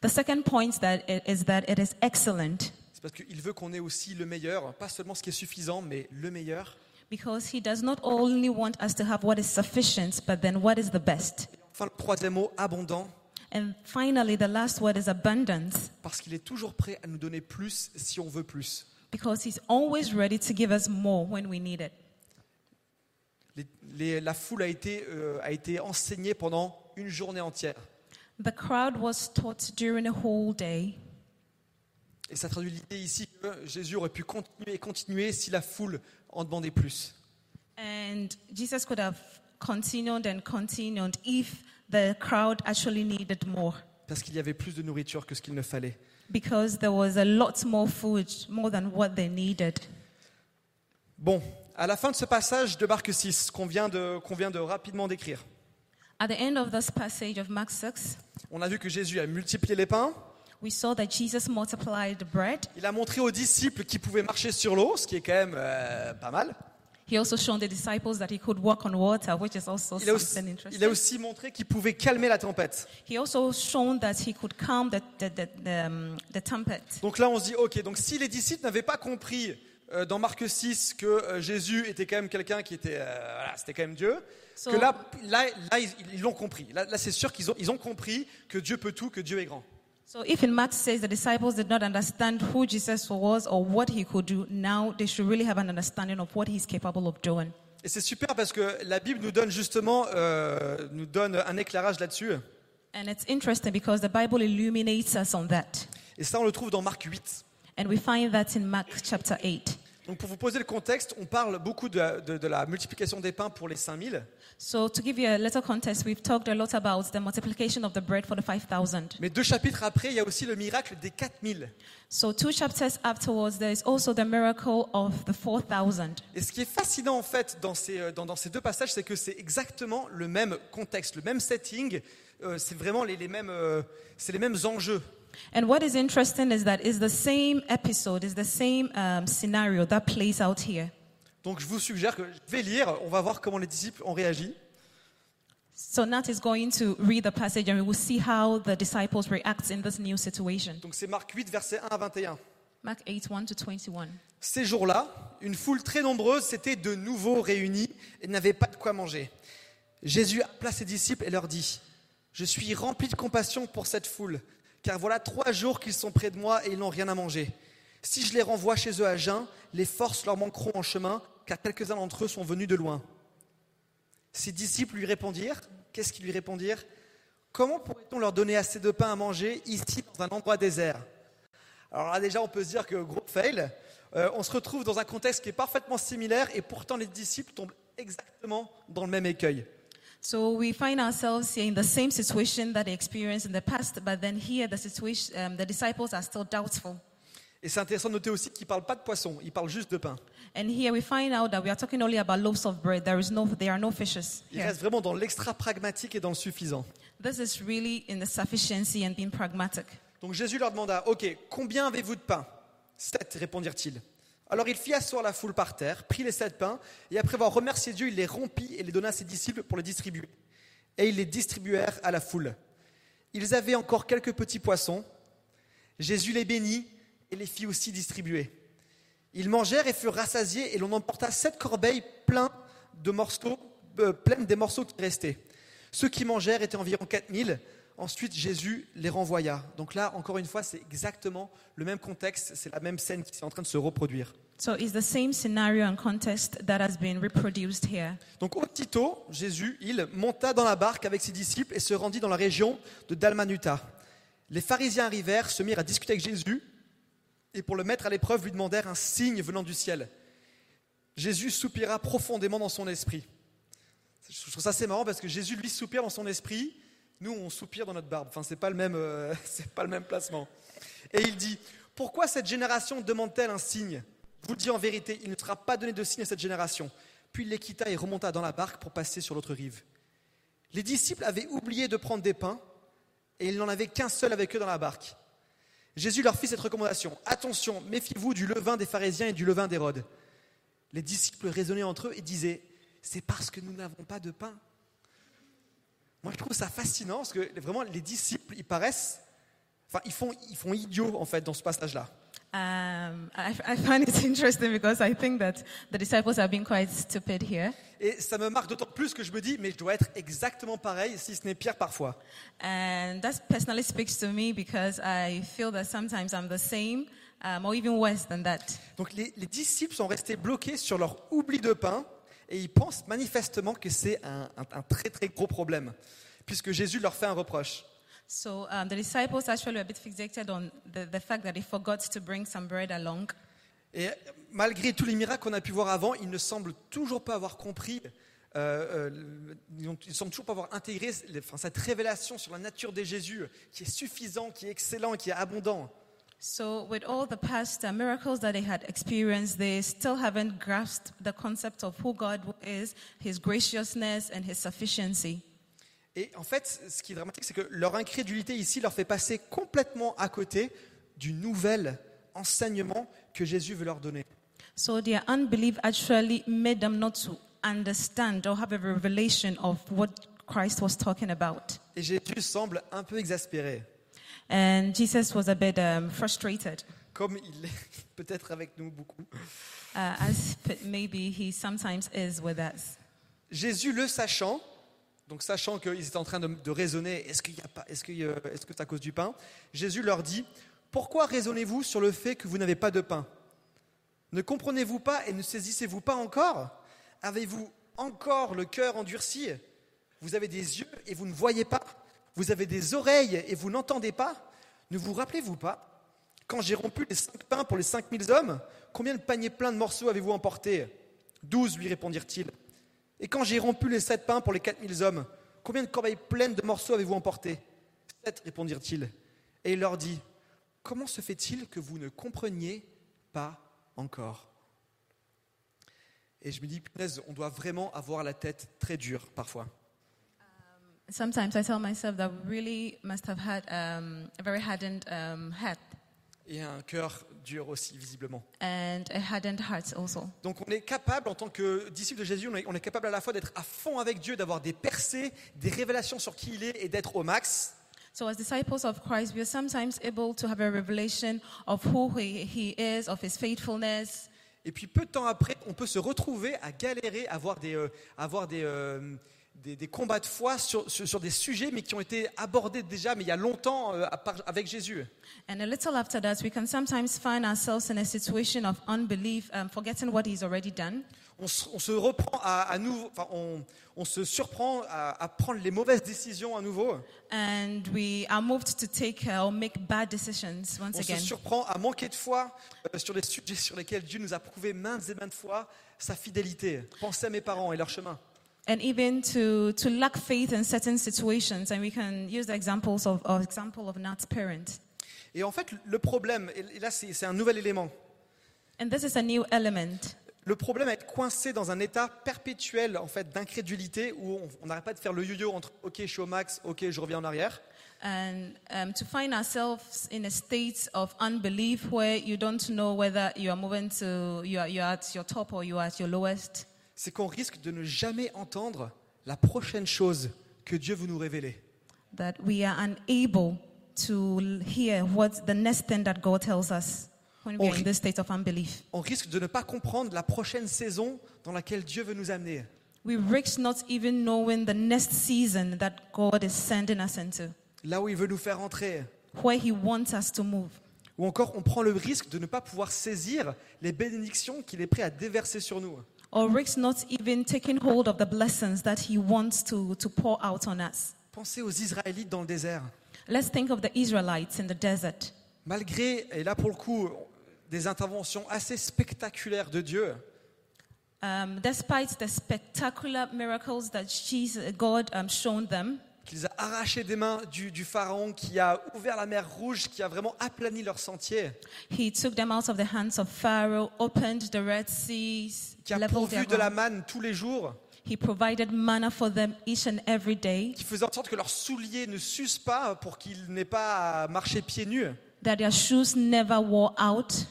The second point that it is that it is excellent C'est parce qu'il veut qu'on ait aussi le meilleur, pas seulement ce qui est suffisant, mais le meilleur. because He does not only want us to have what is sufficient, but then what is the best. Enfin, le troisième mot, abondant, And finally, the last word is abundance parce qu'il est toujours prêt à nous donner plus si on veut plus. because He's always ready to give us more when we need it. Les- les- la foule a été, euh, a été enseignée pendant une journée entière. The crowd was taught during a whole day. Et ça traduit l'idée ici que Jésus aurait pu continuer et continuer si la foule en demandait plus. And Jesus could have continued and continued if the crowd actually needed more Parce qu'il y avait plus de nourriture que ce qu'il ne fallait. because there was a lot more food, more than what they needed. Bon, à la fin de ce passage de Marc 6, qu'on vient, de- qu'on vient de rapidement décrire, At the end of this passage of Mark 6, on a vu que Jésus a multiplié les pains, we saw that Jesus multiplied the bread. il a montré aux disciples qu'ils pouvaient marcher sur l'eau, ce qui est quand même euh, pas mal. He also showed the disciples that he could walk on water, which is also Il a aussi, something il a interesting. aussi montré qu'ils pouvaient calmer la tempête. He also shown that he could calm the, the, the, the, um, the tempest. Donc là, on se dit, ok, donc si les disciples n'avaient pas compris euh, dans Marc 6 que euh, Jésus était quand même quelqu'un qui était, euh, voilà, c'était quand même Dieu, So- que là, là, là, ils ils l'ont compris. Là, là, c'est sûr qu'ils ont, ils ont compris que Dieu peut tout, que Dieu est grand. So if in Mark says the disciples did not understand who Jesus was or what he could do, now they should really have an understanding of what he's capable of doing. Et c'est super parce que la Bible nous donne justement, euh, nous donne un éclairage là-dessus. And it's interesting because the Bible illuminates us on that. Et ça, on le trouve dans Marc 8. And we find that in Mark chapter 8. Donc pour vous poser le contexte, on parle beaucoup de, de- de la multiplication des pains pour les 5000, So to give you a little context, we've talked a lot about the multiplication of the bread for the 5,000. mais deux chapitres après, il y a aussi le miracle des 4000. So two chapters afterwards, there is also the miracle of the 4,000. Et ce qui est fascinant en fait dans ces, euh, dans, dans ces deux passages, c'est que c'est exactement le même contexte, le même setting, euh, c'est vraiment les, les mêmes, euh, c'est les mêmes enjeux. And what is interesting is that it's the same episode, it's the same um, scenario that plays out here. Donc je vous suggère que je vais lire, on va voir comment les disciples ont réagi. So Nat is going to read the passage and we will see how the disciples react in this new situation. Donc c'est Marc 8, versets 1 à 21. Mark 8, 1 to 21. Ces jours-là, une foule très nombreuse s'était de nouveau réunie et n'avait pas de quoi manger. Jésus appela ses disciples et leur dit Je suis rempli de compassion pour cette foule, car voilà trois jours qu'ils sont près de moi et ils n'ont rien à manger. Si je les renvoie chez eux à jeun, les forces leur manqueront en chemin, car quelques-uns d'entre eux sont venus de loin. Ses disciples lui répondirent Qu'est-ce qu'ils lui répondirent Comment pourrait-on leur donner assez de pain à manger ici dans un endroit désert alors là, déjà, on peut se dire que gros fail. Euh, on se retrouve dans un contexte qui est parfaitement similaire et pourtant les disciples tombent exactement dans le même écueil. So we find ourselves here in the same situation that they experienced in the past, but then here the situation, um, the disciples are still doubtful. Et c'est intéressant de noter aussi qu'ils ne parlent pas de poisson, ils parlent juste de pain. And here we find out that we are talking only about loaves of bread. There is no, there are no fishes Ils here. restent vraiment dans l'extra pragmatique et dans le suffisant. This is really in the sufficiency and being pragmatic. Donc Jésus leur demanda Ok, combien avez-vous de pain Sept, répondirent-ils. Alors il fit asseoir la foule par terre, prit les sept pains, et après avoir remercié Dieu, il les rompit et les donna à ses disciples pour les distribuer. Et ils les distribuèrent à la foule. Ils avaient encore quelques petits poissons. Jésus les bénit et les fit aussi distribuer. Ils mangèrent et furent rassasiés, et l'on emporta sept corbeilles pleines de morceaux, euh, pleines des morceaux qui restaient. Ceux qui mangèrent étaient environ 4000. Ensuite, Jésus les renvoya. Donc là, encore une fois, c'est exactement le même contexte, c'est la même scène qui est en train de se reproduire. So it's the same scenario and context that has been reproduced here. Donc aussitôt, Jésus, il monta dans la barque avec ses disciples et se rendit dans la région de Dalmanuta. Les pharisiens arrivèrent, se mirent à discuter avec Jésus et pour le mettre à l'épreuve, lui demandèrent un signe venant du ciel. Jésus soupira profondément dans son esprit. Je je trouve ça assez marrant parce que Jésus, lui, soupire dans son esprit. Nous, on soupire dans notre barbe. Enfin, c'est pas le même, euh, c'est pas le même placement. Et il dit Pourquoi cette génération demande-t-elle un signe Je vous le dis en vérité, il ne sera pas donné de signe à cette génération. Puis il les quitta et remonta dans la barque pour passer sur l'autre rive. Les disciples avaient oublié de prendre des pains et il n'en avait qu'un seul avec eux dans la barque. Jésus leur fit cette recommandation Attention, méfiez-vous du levain des pharisiens et du levain d'Hérode. Les disciples raisonnaient entre eux et disaient C'est parce que nous n'avons pas de pain. Moi, je trouve ça fascinant parce que vraiment, les disciples, ils paraissent. Enfin, ils font, ils font idiots, en fait, dans ce passage-là. Um, I, I find it interesting because I think that the disciples are being quite stupid here. Et ça me marque d'autant plus que je me dis Mais je dois être exactement pareil, si ce n'est pire parfois. And that personally speaks to me because I feel that sometimes I'm the same um, or even worse than that. Donc, les, les disciples sont restés bloqués sur leur oubli de pain et ils pensent manifestement que c'est un, un- un très, très gros problème, puisque Jésus leur fait un reproche. So um, the disciples actually were a bit fixated on the, the fact that they forgot to bring some bread along. Et malgré tous les miracles qu'on a pu voir avant, ils ne semblent toujours pas avoir compris, euh, euh, le- ils ont- ils ne semblent toujours pas avoir intégré les- enfin, cette révélation sur la nature de Jésus, qui est suffisant, qui est excellent, qui est abondant. So, with all the past uh, miracles that they had experienced, they still haven't grasped the concept of who God is, His graciousness, and His sufficiency. Et en fait, ce qui est dramatique, c'est que leur incrédulité ici leur fait passer complètement à côté du nouvel enseignement que Jésus veut leur donner. So, their unbelief actually made them not to understand or have a revelation of what Christ was talking about. Et Jésus semble un peu exaspéré, And Jesus was a bit um, frustrated, comme il l'est peut-être avec nous beaucoup. uh, as p- maybe He sometimes is with us. Jésus le sachant, donc sachant qu'ils étaient en train de, de raisonner, est-ce qu'il y a pas, est-ce que, est-ce que c'est à cause du pain Jésus leur dit, pourquoi raisonnez-vous sur le fait que vous n'avez pas de pain Ne comprenez-vous pas et ne saisissez-vous pas encore Avez-vous encore le cœur endurci Vous avez des yeux et vous ne voyez pas Vous avez des oreilles et vous n'entendez pas Ne vous rappelez-vous pas quand j'ai rompu les cinq pains pour les cinq mille hommes, combien de paniers pleins de morceaux avez-vous emporté Douze, lui répondirent-ils. Et quand j'ai rompu les sept pains pour les quatre mille hommes, combien de corbeilles pleines de morceaux avez-vous emporté Sept, répondirent-ils. Et il leur dit, comment se fait-il que vous ne compreniez pas encore Et je me dis, punaise, on doit vraiment avoir la tête très dure parfois. Sometimes I tell myself that we really must have had um, a very hardened um, heart Et un cœur dur aussi, visiblement. and a hardened heart also. Donc on est capable, en tant que disciple de Jésus, on est, on est capable à la fois d'être à fond avec Dieu, d'avoir des percées, des révélations sur qui il est et d'être au max. So, as disciples of Christ, we are sometimes able to have a revelation of who he, he is, of his faithfulness. Et puis peu de temps après, on peut se retrouver à galérer, à avoir des, euh, à avoir des, euh, des, des combats de foi sur, sur, sur des sujets, mais qui ont été abordés déjà, mais il y a longtemps euh, à part- avec Jésus. And a little after that, we can sometimes find ourselves in a situation of unbelief, um, forgetting what he's already done. On se, on se reprend à, à nouveau, enfin, on, on se surprend à, à prendre les mauvaises décisions à nouveau. And we are moved to take uh, or make bad decisions once On se again. surprend à manquer de foi euh, sur les sujets sur lesquels Dieu nous a prouvé maintes et maintes fois sa fidélité. Pensez à mes parents et leur chemin. And even to, to lack faith in certain situations. And we can use the examples of, or example of Nat's parent. Et en fait, le problème, et et là c'est c'est un nouvel élément, And this is a new element. le problème à être coincé dans un état perpétuel en fait d'incrédulité où on- on n'arrête pas de faire le yo-yo entre ok je suis au max, ok je reviens en arrière. and um, to find ourselves in a state of unbelief where you don't know whether you are moving to you are, you are at your top or you are at your lowest C'est qu'on risque de ne jamais entendre la prochaine chose que Dieu veut nous révéler. that we are unable to l- hear what the next thing that god tells us when we are Henri- in this state of unbelief On risque de ne pas comprendre la prochaine saison dans laquelle Dieu veut nous amener. we risk not even knowing the next season that god is sending us into Là où il veut nous faire entrer. where he wants us to move Ou encore, on prend le risque de ne pas pouvoir saisir les bénédictions qu'il est prêt à déverser sur nous. or risk not even taking hold of the blessings that he wants to, to pour out on us Pensez aux Israélites dans le désert. let's think of the israelites in the desert Malgré, et là pour le coup, des interventions assez spectaculaires de Dieu, um, despite the spectacular miracles that Jesus, God um, shown them, qu'il les a arrachés des mains du, du pharaon, qui a ouvert la mer rouge, qui a vraiment aplani leur sentier, He took them out of the hands of Pharaoh, opened the Red Sea, qui a leveled pourvu their de la ground. manne tous les jours, He provided manna for them each and every day, qui faisait en sorte que leurs souliers ne s'usent pas pour qu'ils n'aient pas à marcher pieds nus. that their shoes never wore out.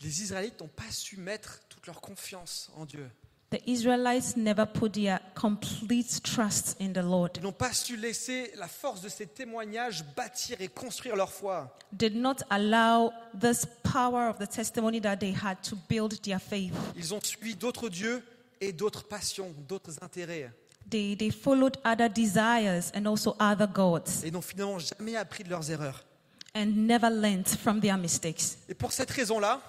Les Israélites n'ont pas su mettre toute leur confiance en Dieu. The Israelites never put their complete trust in the Lord, Ils n'ont pas su laisser la force de ces témoignages bâtir et construire leur foi. did not allow this power of the testimony that they had to build their faith. Ils ont suivi d'autres dieux et d'autres passions, d'autres intérêts. They, they followed other desires and also other gods Et n'ont finalement jamais appris de leurs erreurs. and never learned from their mistakes. Et pour cette raison-là,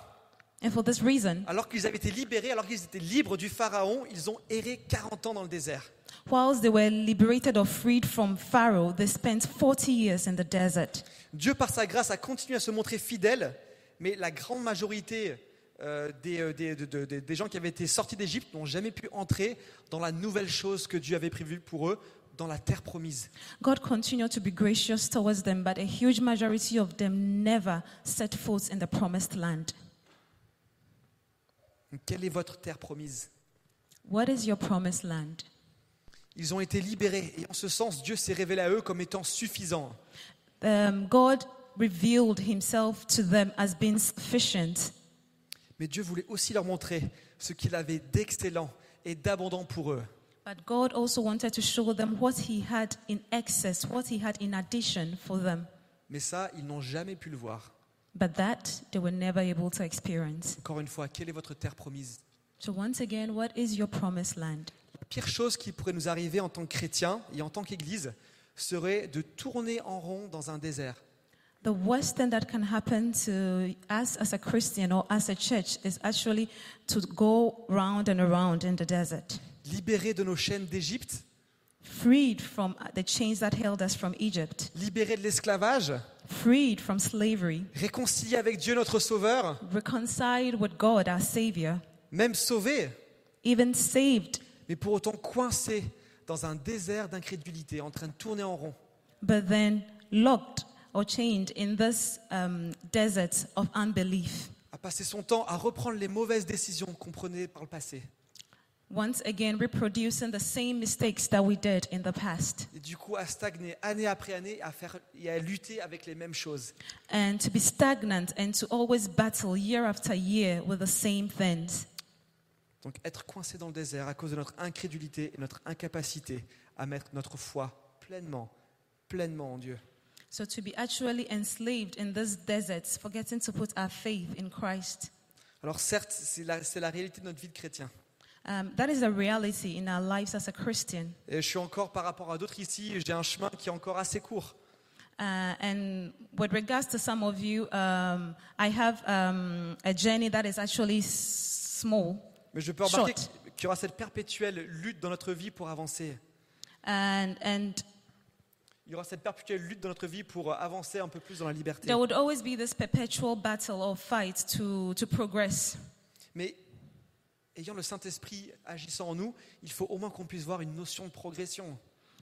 And for this reason, alors qu'ils avaient été libérés, alors qu'ils étaient libres du Pharaon, ils ont erré 40 ans dans le désert. Whilst they were liberated or freed from Pharaoh, they spent 40 years in the desert. Dieu, par sa grâce, a continué à se montrer fidèle, mais la grande majorité euh, des, euh, des- de- de- de- des gens qui avaient été sortis d'Égypte n'ont jamais pu entrer dans la nouvelle chose que Dieu avait prévue pour eux, dans la terre promise. God continued to be gracious towards them, but a huge majority of them never set foot in the promised land. Quelle est votre terre promise What is your promised land? Ils ont été libérés et en ce sens, Dieu s'est révélé à eux comme étant suffisant. Um, God revealed himself to them as being sufficient, Mais Dieu voulait aussi leur montrer ce qu'il avait d'excellent et d'abondant pour eux. but God also wanted to show them what he had in excess, what he had in addition for them, Mais ça, ils n'ont jamais pu le voir. but that they were never able to experience. Encore une fois, quelle est votre terre promise So, once again, what is your promised land? La pire chose qui pourrait nous arriver en tant que chrétiens et en tant qu'Église serait de tourner en rond dans un désert. The worst thing that can happen to us as a Christian or as a church is actually to go round and around in the desert, Libérés de nos chaînes d'Égypte, freed from the chains that held us from Egypt, libérés de l'esclavage, freed from slavery, réconciliés avec Dieu notre Sauveur, reconciled with God, our Savior, même sauvés, even saved, mais pour autant coincés dans un désert d'incrédulité, en train de tourner en rond. but then locked or chained in this um, desert of unbelief. à passer son temps à reprendre les mauvaises décisions qu'on prenait par le passé. Once again, reproducing the same mistakes that we did in the past, Et du coup, à stagner année après année à faire, et à lutter avec les mêmes choses. and to be stagnant and to always battle year after year with the same things. Donc être coincé dans le désert à cause de notre incrédulité et notre incapacité à mettre notre foi pleinement, pleinement en Dieu. So to be actually enslaved in this desert, forgetting to put our faith in Christ. Alors certes, c'est la, c'est la réalité de notre vie de chrétien. Um, that is a reality in our lives as a Christian. Et je suis encore par rapport à d'autres ici, j'ai un chemin qui est encore assez court. Uh, and with regards to some of you, um, I have um, a journey that is actually s- small. Mais je peux remarquer Short. qu'il y aura cette perpétuelle lutte dans notre vie pour avancer. And, and Il y aura cette perpétuelle lutte dans notre vie pour avancer un peu plus dans la liberté. there would always be this perpetual battle or fight to, to progress. Mais ayant le Saint-Esprit agissant en nous, il faut au moins qu'on puisse voir une notion de progression.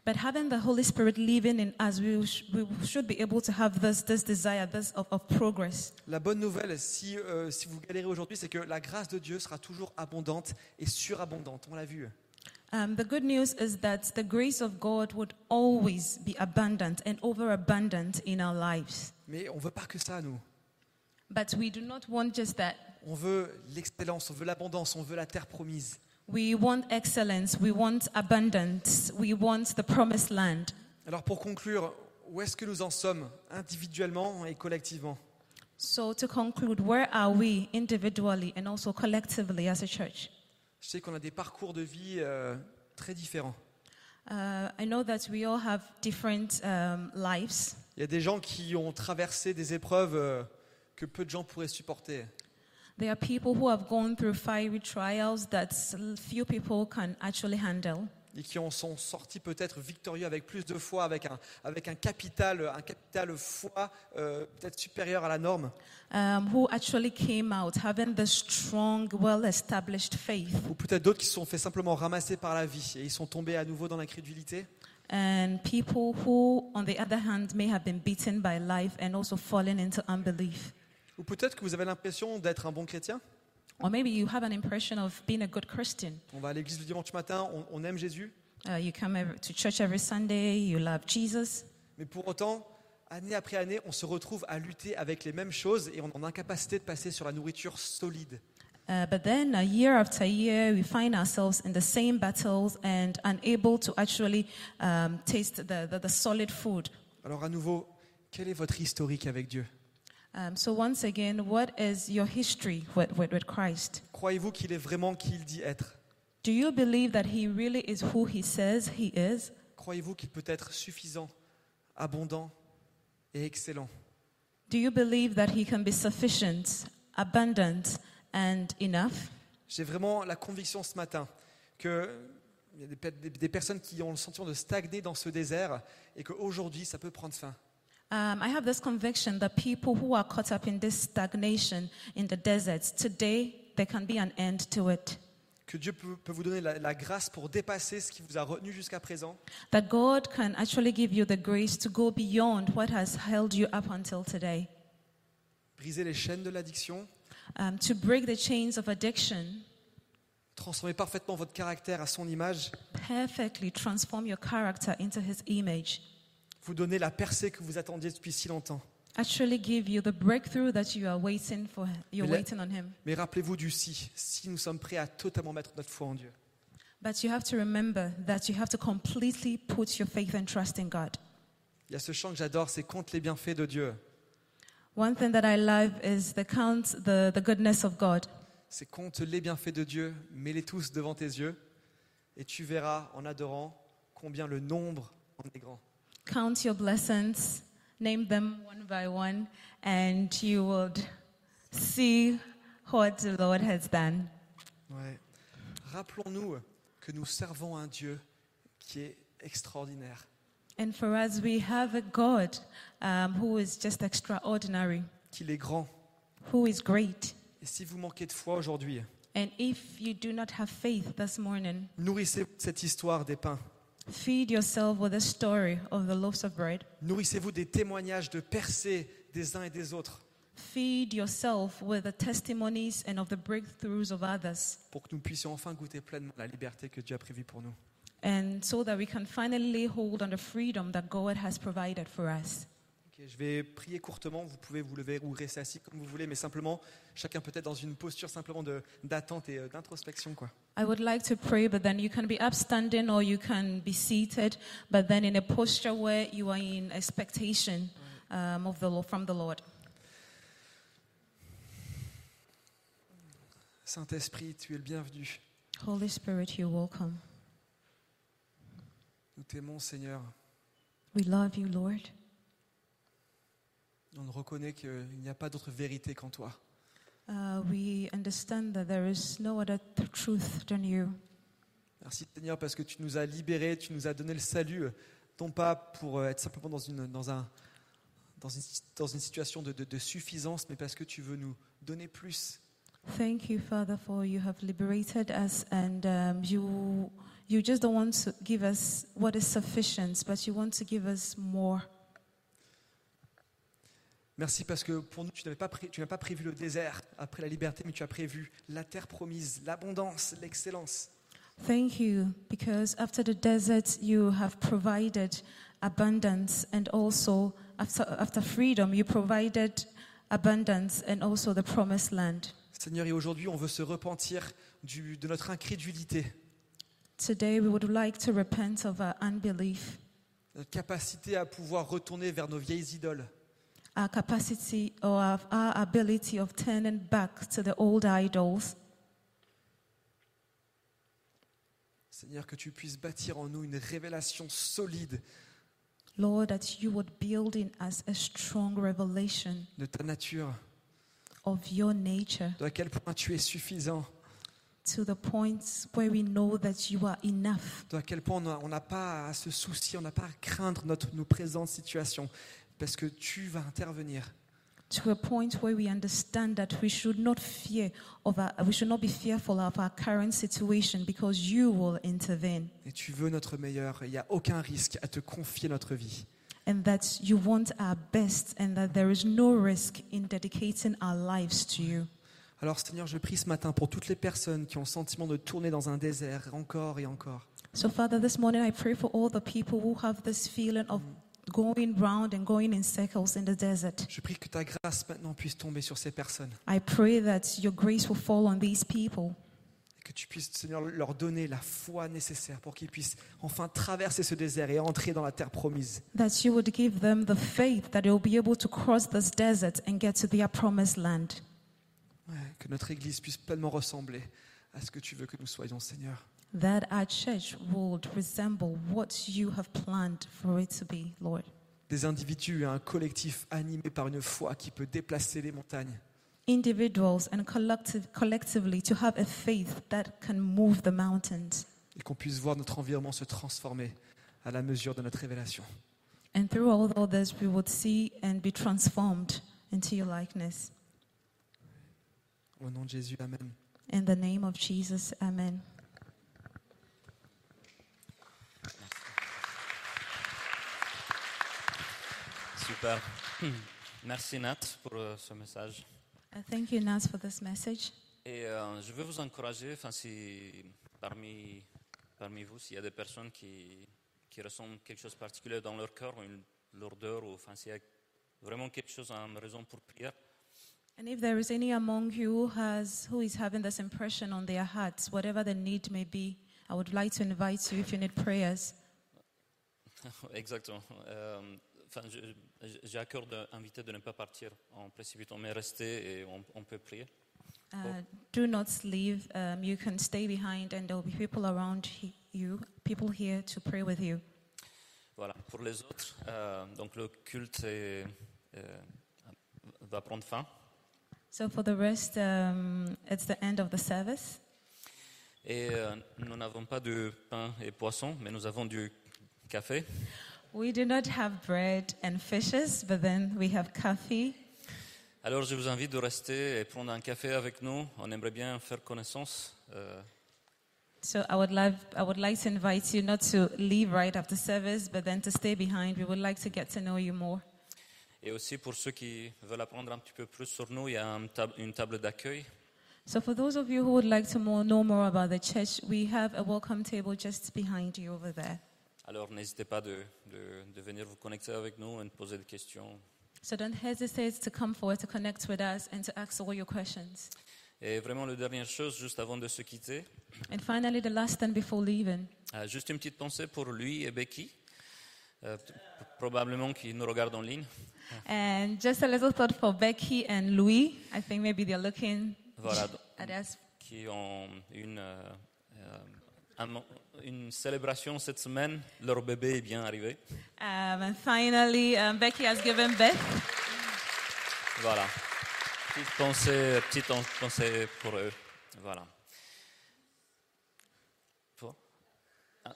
But having the Holy Spirit living in us, we, sh- we should be able to have this, this desire this of, of progress. La bonne nouvelle, si, euh, si vous galérez aujourd'hui, c'est que la grâce de Dieu sera toujours abondante et surabondante. On l'a vu. Um, the good news is that the grace of God would always be abundant and overabundant in our lives. Mais on ne veut pas que ça, nous. But we do not want just that. On veut l'excellence, on veut l'abondance, on veut la terre promise. We want excellence, we want abundance, we want the promised land. Alors pour conclure, où est-ce que nous en sommes individuellement et collectivement So, to conclude, where are we individually and also collectively as a church? Je sais qu'on a des parcours de vie euh, très différents. Uh, I know that we all have different um, lives. Il y a des gens qui ont traversé des épreuves euh, que peu de gens pourraient supporter. There are people who have gone through fiery trials that few people can actually handle. et qui en sont sortis peut-être victorieux avec plus de foi, avec un, avec un capital, un capital foi euh, peut-être supérieur à la norme. um, who actually came out having this strong, well established faith. Ou peut-être d'autres qui se sont fait simplement ramasser par la vie et ils sont tombés à nouveau dans l'incrédulité. And people who, on the other hand, may have been beaten by life and also fallen into unbelief. Ou peut-être que vous avez l'impression d'être un bon chrétien. Or maybe you have an impression of being a good Christian. On va à l'église le dimanche matin, on, on aime Jésus, Uh, you come ev- to church every Sunday, you love Jesus, mais pour autant, année après année, on se retrouve à lutter avec les mêmes choses et on est en incapacité de passer sur la nourriture solide. uh, but then uh, year after year, we find ourselves in the same battles and unable to actually um, taste the, the, the solid food. Alors à nouveau, quel est votre historique avec Dieu Um, so, once again, what is your history with, with, with Christ? Croyez-vous qu'il est vraiment qui il dit être Do you believe that He really is who He says He is? Croyez-vous qu'il peut être suffisant, abondant et excellent Do you believe that He can be sufficient, abundant, and enough? J'ai vraiment la conviction ce matin que il y a des, pe- des- des personnes qui ont le sentiment de stagner dans ce désert et qu'aujourd'hui ça peut prendre fin. Um, I have this conviction that people who are caught up in this stagnation in the desert, today there can be an end to it. Que Dieu peut, peut vous donner la, la grâce pour dépasser ce qui vous a retenu jusqu'à présent That God can actually give you the grace to go beyond what has held you up until today, briser les chaînes de l'addiction, um, to break the chains of addiction, transformer parfaitement votre caractère à son image, perfectly transform your character into His image, vous donner la percée que vous attendiez depuis si longtemps. actually give you the breakthrough that you are waiting for. You're Mais la- waiting on Him. Mais rappelez-vous du si, si nous sommes prêts à totalement mettre notre foi en Dieu. But you have to remember that you have to completely put your faith and trust in God. Il y a ce chant que j'adore, c'est Compte les bienfaits de Dieu. One thing that I love is the count the, the goodness of God. C'est compte les bienfaits de Dieu, mets-les tous devant tes yeux, et tu verras en adorant combien le nombre en est grand. Count your blessings, name them one by one, and you would see what the Lord has done. Ouais. Rappelons-nous que nous servons un Dieu qui est extraordinaire. And for us, we have a God um, who is just extraordinary, qu'il est grand. who is great. Et si vous manquez de foi aujourd'hui, And if you do not have faith this morning, nourrissez-vous de cette histoire des pains. feed yourself with the story of the loaves of bread. Nourrissez-vous des témoignages de percées des uns et des autres Feed yourself with the testimonies and of the breakthroughs of others, pour que nous puissions enfin goûter pleinement la liberté que Dieu a prévue pour nous. and so that we can finally hold on the freedom that God has provided for us. Ok, je vais prier courtement, vous pouvez vous lever ou rester assis comme vous voulez, mais simplement, chacun peut-être dans une posture simplement de- d'attente et euh, d'introspection. quoi. I would like to pray, but then you can be upstanding or you can be seated, but then in a posture where you are in expectation um, of the Lord, from the Lord. Saint-Esprit, tu es le bienvenu. Holy Spirit, you're welcome. Nous t'aimons, Seigneur. We love you, Lord. On reconnaît qu'il n'y a pas d'autre vérité qu'en toi. Uh, we understand that there is no other th- truth than you. Merci Seigneur parce que tu nous as libérés, tu nous as donné le salut, euh, non pas pour euh, être simplement dans une, dans un, dans une, dans une situation de, de- de suffisance, mais parce que tu veux nous donner plus. Thank you, Father, for you have liberated us, and um, you you just don't want to give us what is sufficient, but you want to give us more. Merci parce que pour nous, tu n'avais pas, pré- tu n'as pas prévu le désert après la liberté, mais tu as prévu la terre promise, l'abondance, l'excellence. Thank you, because after the desert, you have provided abundance, and also after after freedom, you provided abundance, and also the promised land. Seigneur, et aujourd'hui, on veut se repentir du- de notre incrédulité, Today, we would like to repent of our unbelief, notre capacité à pouvoir retourner vers nos vieilles idoles. our capacity or our, our ability of turning back to the old idols. Seigneur, que tu puisses bâtir en nous une révélation solide Lord, that you would build in us a strong revelation de ta nature. of your nature, de à quel point tu es suffisant, to the point where we know that you are enough. De à quel point on a- on n'a pas à se soucier, on n'a pas à craindre notre, nos présentes situations, parce que tu vas intervenir. To a point where we understand that we should not fear of our, we should not be fearful of our current situation because you will intervene Et tu veux notre meilleur. et Il n'y a aucun risque à te confier notre vie. and that you want our best and that there is no risk in dedicating our lives to you. Alors Seigneur, je prie ce matin pour toutes les personnes qui ont le sentiment de tourner dans un désert encore et encore. So, Father, this morning I pray for all the people who have this feeling of going round and going in circles in the desert. Je prie que ta grâce maintenant puisse tomber sur ces personnes I pray that your grace will fall on these people et que tu puisses, Seigneur, leur donner la foi nécessaire pour qu'ils puissent enfin traverser ce désert et entrer dans la terre promise. that you would give them the faith that they will be able to cross this desert and get to their promised land, Ouais, que notre Église puisse pleinement ressembler à ce que tu veux que nous soyons, Seigneur. that our church would resemble what you have planned for it to be, Lord. Des individus et un collectif animé par une foi qui peut déplacer les montagnes. Individuals and collective, collectively to have a faith that can move the mountains. et qu'on puisse voir notre environnement se transformer à la mesure de notre révélation. And through all of this, we would see and be transformed into your likeness. Au nom de Jésus, Amen. In the name of Jesus, amen. Super. Merci Nat pour euh, ce message. I thank you, Naz, for this message. Et euh, je veux vous encourager, enfin, si parmi, parmi vous, s'il y a des personnes qui, qui ressentent quelque chose de particulier dans leur cœur, ou une lourdeur, ou enfin, s'il y a vraiment quelque chose en raison pour prière, And if there is any among you who, has, who is having this impression on their hearts, whatever the need may be, I would like to invite you if you need prayers. Exactement. Euh, enfin, je- je- j'ai à cœur d'inviter de ne pas partir en précipitant, mais rester et on, on peut prier. Uh, Do not leave. Um, you can stay behind, and there will be people around he- you, people here to pray with you. Voilà. Pour les autres, euh, donc le culte est- euh, va prendre fin. So, for the rest, um, it's the end of the service. Et euh, nous n'avons pas de pain et poisson, mais nous avons du café. We do not have bread and fishes, but then we have coffee. Alors je vous invite de rester et prendre un café avec nous. On aimerait bien faire connaissance. euh, So I would love, I would like to invite you not to leave right after service, but then to stay behind. We would like to get to know you more. et aussi pour ceux qui veulent apprendre un petit peu plus sur nous, il y a un tab- une table d'accueil So for those of you who would like to more, know more about the church, we have a welcome table just behind you over there. Alors n'hésitez pas de, de- de venir vous connecter avec nous et de poser des questions. So don't hesitate to come forward to connect with us and to ask all your questions. Et vraiment, la dernière chose, juste avant de se quitter, And finally, the last thing before leaving, euh, juste une petite pensée pour lui et Becky, euh, p- probablement qui nous regardent en ligne. and just a little thought for Becky and Louis. I think maybe they're looking Voilà, donc, at us. qui ont une, euh, euh, un mo- une célébration cette semaine. Leur bébé est bien arrivé. Um, and finally, um, Becky has given birth. Voilà. Petite pensée, petite en- pensée pour eux. Voilà. Pour- Ah.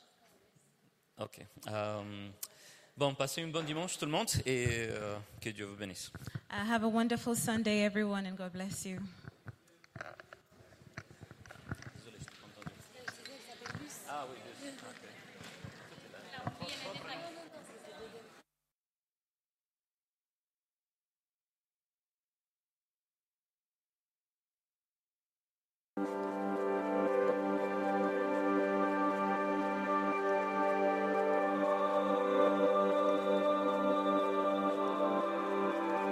Ok. Euh, bon, passez une bonne dimanche tout le monde et euh, que Dieu vous bénisse. Uh, have a wonderful Sunday, everyone, and God bless you. Bien, elle est là.